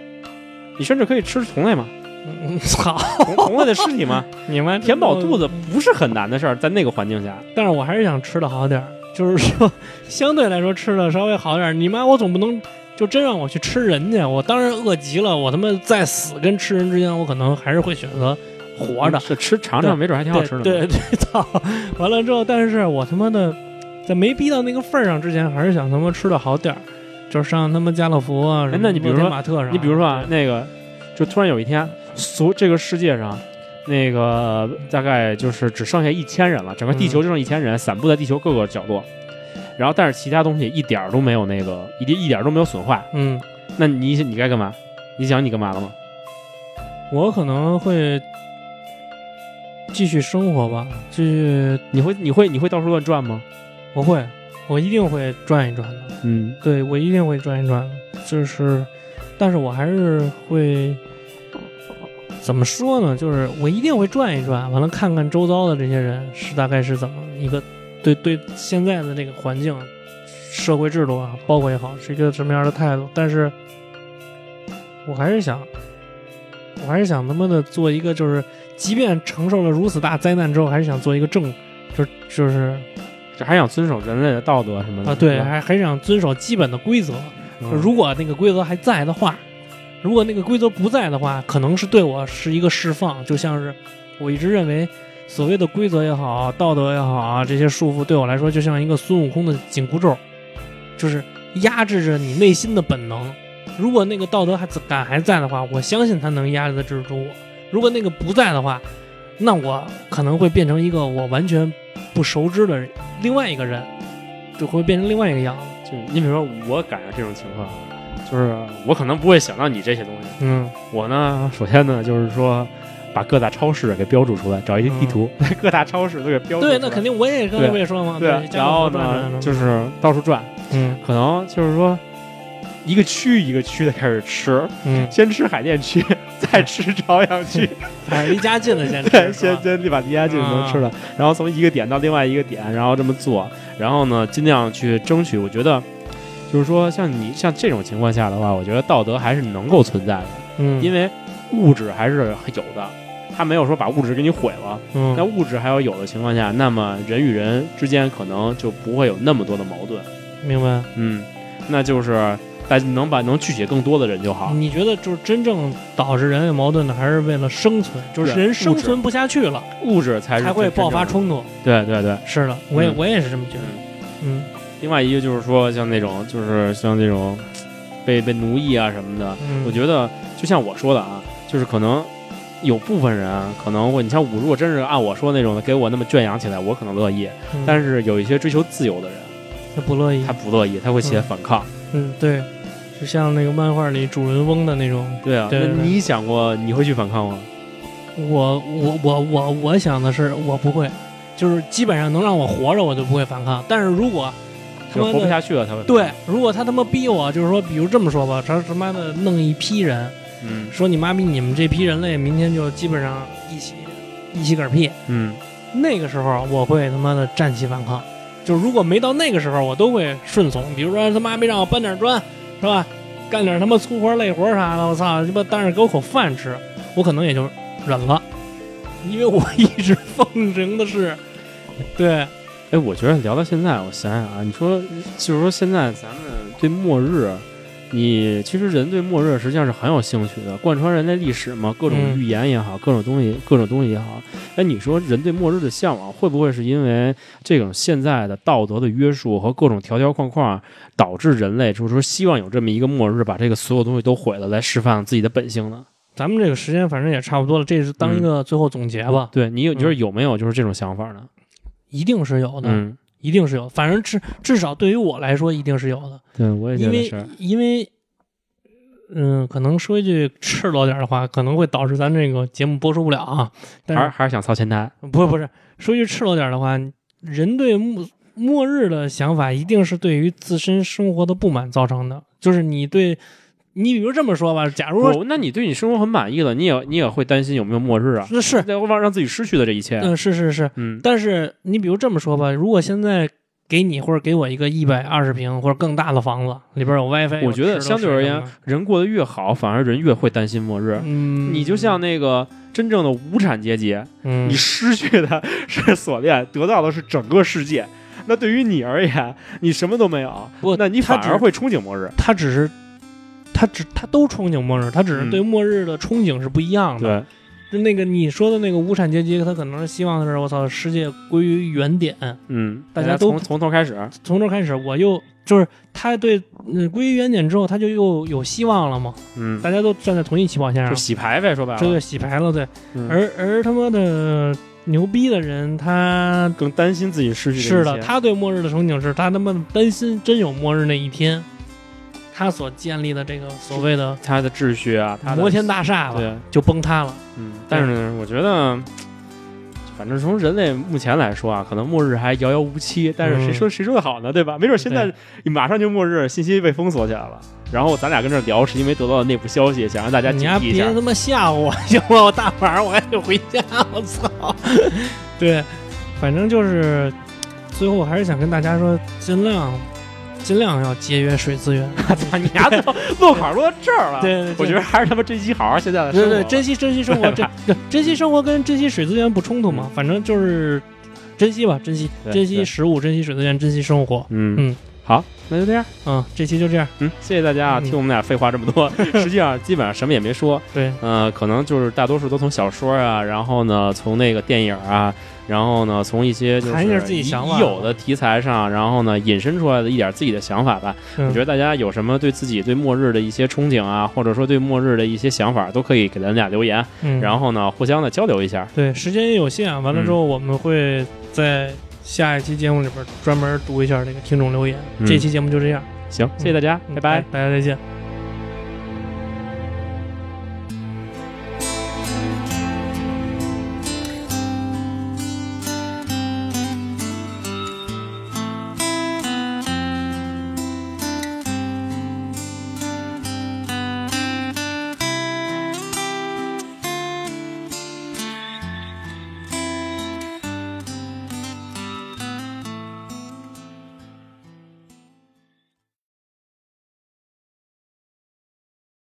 S2: 你甚至可以吃同类嘛，
S1: 嗯操，
S2: 同同类的尸 体嘛，
S1: 你们
S2: 填饱肚
S1: 子。
S2: 子不是很难的事儿，在那个环境 下，
S1: 但是我还是想吃的好点儿，就是说相对来说吃的稍微好点儿。你妈，我总不能就真让我去吃人去，我当然饿极了，我他妈在死跟吃人之间，我可能还是会选择活着。
S2: 这吃尝尝，没准还嗯挺好吃的呢。嗯
S1: 对对，对操！完了之后，但是我他妈的在没逼到那个份儿上之前，还是想他妈吃的好点儿，就是上他妈家乐福啊，什么
S2: 哎那你比如说
S1: 洛天马特上，
S2: 你比如说啊，
S1: 对，
S2: 那个就突然有一天，所这个世界上。那个大概就是只剩下一千人了，整个地球就剩一千人，
S1: 嗯
S2: 散布在地球各个角落。然后，但是其他东西一点儿都没有那个，一点一点儿都没有损坏。
S1: 嗯，
S2: 那你你该干嘛？你想你干嘛了吗？
S1: 我可能会继续生活吧，继续
S2: 你会你会你会到处乱转吗？
S1: 我会，我一定会转一转的。
S2: 嗯，
S1: 对我一定会转一转，就是，但是我还是会怎么说呢？就是我一定会转一转，完了看看周遭的这些人是大概是怎么一个对对现在的这个环境、社会制度啊，包括也好，是一个什么样的态度。但是，我还是想，我还是想他妈的做一个，就是即便承受了如此大灾难之后，还是想做一个正，就是就是
S2: 这还想遵守人类的道德什么的
S1: 啊，对，
S2: 是吧
S1: 还还是想遵守基本的规则。
S2: 嗯
S1: 如果那个规则还在的话，如果那个规则不在的话，可能是对我是一个释放，就像是我一直认为所谓的规则也好，道德也好啊，这些束缚对我来说就像一个孙悟空的紧箍咒，就是压制着你内心的本能。如果那个道德还在感还在的话，我相信它能压制得住我；如果那个不在的话，那我可能会变成一个我完全不熟知的人另外一个人，就会变成另外一个样子。
S2: 就是你比如说我赶上这种情况，就是我可能不会想到你这些东西。
S1: 嗯
S2: 我呢， 首先呢，就是说把各大超市给标注出来，找一些地图， 各大超市都给标注出
S1: 嗯
S2: 来。
S1: 对，那肯定我也刚才
S2: 对
S1: 不也说了吗？
S2: 对。啊
S1: 加
S2: 然
S1: 上
S2: 后
S1: 转转转
S2: 呢，就是到处转，
S1: 嗯
S2: 可能就是说一个区一个区的开始吃，
S1: 嗯，
S2: 先吃海淀区，再吃朝阳区，
S1: 哎，离家近的先
S2: 对，
S1: 吃，
S2: 先
S1: 是吧嗯
S2: 先把迪亚进能吃了，然后从一个点到另外一个点，然后这么做，然后呢，尽量去争取。我觉得，就是说，像你像这种情况下的话，我觉得道德还是能够存在的，
S1: 嗯，
S2: 因
S1: 为
S2: 为物质还是有的，它没有说把物质给你毁了。那
S1: 嗯
S2: 物质还要有的情况下，那么人与人之间可能就不会有那么多的矛盾。
S1: 明白。
S2: 嗯，那就是大家能把能聚集更多的人就好。
S1: 你觉得就是真正导致人类矛盾的，还是为了生存，就是
S2: 对
S1: 人生
S2: 物质
S1: 存不下去了，
S2: 物质才是
S1: 才会
S2: 真正
S1: 爆发
S2: 的。
S1: 冲突。
S2: 对对对。
S1: 是的，我也
S2: 嗯
S1: 我也是这么觉得。嗯
S2: 另外一个就是说，像那种就是像这种被被奴役啊什么的，
S1: 嗯，
S2: 我觉得就像我说的啊，就是可能有部分人可能会，你像我如果真是按我说那种的，给我那么圈养起来，我可能乐意。
S1: 嗯
S2: 但是有一些追求自由的人，
S1: 他不乐意
S2: 他。不乐意，他会起来反抗。
S1: 嗯，对，就像那个漫画里主人翁的那种
S2: 对啊，
S1: 嗯对对
S2: 那
S1: 对
S2: 你想过你会去反抗吗？
S1: 我我我我我想的是，我不会，就是基本上能让我活着，我就不会反抗。但是如果他
S2: 就
S1: 妈
S2: 活不
S1: 的
S2: 下去了，他会。
S1: 对，，如果他他妈逼我，就是说，比如这么说吧，他他妈的弄一批人，
S2: 嗯
S1: 说你妈逼你们这批人类，明天就基本上一起一起嗝屁。
S2: 嗯，
S1: 那个时候我会他妈的站起反抗，就是如果没到那个时候，我都会顺从。比如说他妈逼让我搬点砖，是吧？干点他妈粗活累活啥的，我操鸡巴！但是给我口饭吃，我可能也就忍了，因为我一直奉行的是，对，
S2: 哎，我觉得聊到现在，我想想啊，你说就是说现在咱们对末日，你其实人对末日实际上是很有兴趣的，贯穿人类历史嘛，各种
S1: 嗯
S2: 预言也好，各种东西，各种东西也好。哎，你说人对末日的向往，会不会是因为这种现在的道德的约束和各种条条框框，导致人类就是说希望有这么一个末日，把这个所有东西都毁了，来释放自己的本性呢？
S1: 咱们这个时间反正也差不多了，这是当一个最后总结吧，
S2: 对你有，
S1: 嗯
S2: 你说有没有就是这种想法呢？
S1: 一定是有的，
S2: 嗯，
S1: 一定是有，反正至至少对于我来说一定是有的，
S2: 对，我也觉
S1: 因
S2: 得
S1: 为
S2: 是。
S1: 因为，嗯，可能说一句赤裸点儿的话，可能会导致咱这个节目播出不了啊。
S2: 还是
S1: 但
S2: 还是想操前台，
S1: 是不是不是，说一句赤裸点儿的话，人对末末日的想法一定是对于自身生活的不满造成的。就是你对，你比如这么说吧，假如说
S2: 不，那你对你生活很满意了，你也你也会担心有没有末日啊？
S1: 是是，
S2: 那会让让自己失去的这一切。
S1: 嗯，是是是，
S2: 嗯
S1: 但是你比如这么说吧，如果现在。给你或者给我一个一百二十平或者更大的房子，里边有 WiFi，
S2: 我觉
S1: 有吃
S2: 得
S1: 的
S2: 相对
S1: 水
S2: 而
S1: 什
S2: 言
S1: 么的，
S2: 人过得越好，反而人越会担心末日。
S1: 嗯，
S2: 你就像那个真正的无产阶级，
S1: 嗯
S2: 你失去的 是锁链，得到的是整个世界。那对于你而言，你什么都没有
S1: 不，
S2: 那你
S1: 他
S2: 反
S1: 只
S2: 而会憧憬末日。
S1: 他只是他只他都憧憬末日，他只是
S2: 嗯
S1: 对末日的憧憬是不一样的。
S2: 对，嗯
S1: 就那个你说的那个无产阶级，他可能是希望的是我操，世界归于原点，
S2: 嗯，
S1: 大家
S2: 家
S1: 都
S2: 从从头开始，
S1: 从头开始，我又就是他对嗯归于原点之后，他就又有希望了嘛，
S2: 嗯，
S1: 大家都站在同一起跑线上
S2: 就，洗牌呗，说白了，
S1: 这就洗牌了，对。
S2: 嗯
S1: 而而他妈的牛逼的人，他
S2: 更担心自己失去
S1: 是
S2: 这
S1: 的，
S2: 一切
S1: 他对末日的憧憬是他他妈的担心真有末日那一天，他所建立的这个所谓的
S2: 他的秩序啊，他的
S1: 摩天大厦吧，
S2: 对，
S1: 就崩塌了。
S2: 嗯，但是呢我觉得。反正从人类目前来说啊，可能末日还遥遥无期，但是谁说、谁说的好呢，嗯对吧？没准现在马上就末日，信息被封锁起来了。然后咱俩跟这儿聊，是因为得到了内部消息，想让大家
S1: 你
S2: 警
S1: 丫
S2: 惕一
S1: 别
S2: 下
S1: 他。妈吓唬我行吗？我大晚上我还得回家，我操！ 对，反正就是最后我还是想跟大家说，尽量尽量要节约水资源。
S2: 操你丫的 落款落到这儿了。
S1: 对，对
S2: 啊我觉得。还是他们珍惜好好现在的生
S1: 对对，
S2: 活。
S1: 珍惜珍惜生活， 珍珍惜生活跟珍惜水资源不冲突嘛，反正就是珍惜吧，珍惜
S2: 嗯对
S1: 珍惜
S2: 对
S1: 食物，珍惜水资源，珍惜生活。
S2: 嗯
S1: 嗯
S2: 嗯，好，那就这样。
S1: 嗯，这期就这样。
S2: 嗯，谢谢大家啊，
S1: 嗯
S2: 听我们俩废话这么 多，实际上基本上什么也没说。
S1: 对，
S2: 呃，可能就是大多数都从小说啊，然后呢，从那个电影啊，然后呢，从一些就
S1: 谈一下
S2: 是
S1: 自己
S2: 已
S1: 想法
S2: 已有的题材上，然后呢，引申出来的一点自己的想法吧。
S1: 嗯
S2: 我觉得大家有什么对自己对末日的一些憧憬啊，或者说对末日的一些想法，都可以给咱俩留言，
S1: 嗯，
S2: 然后嗯呢，互相的交流一下。
S1: 对，时间也有限啊。完了之后，我们会在下一期节目里边专门读一下这个听众留言。
S2: 嗯
S1: 这期节目就这样，
S2: 行，谢谢大家，
S1: 嗯
S2: 拜拜。
S1: 大家再见。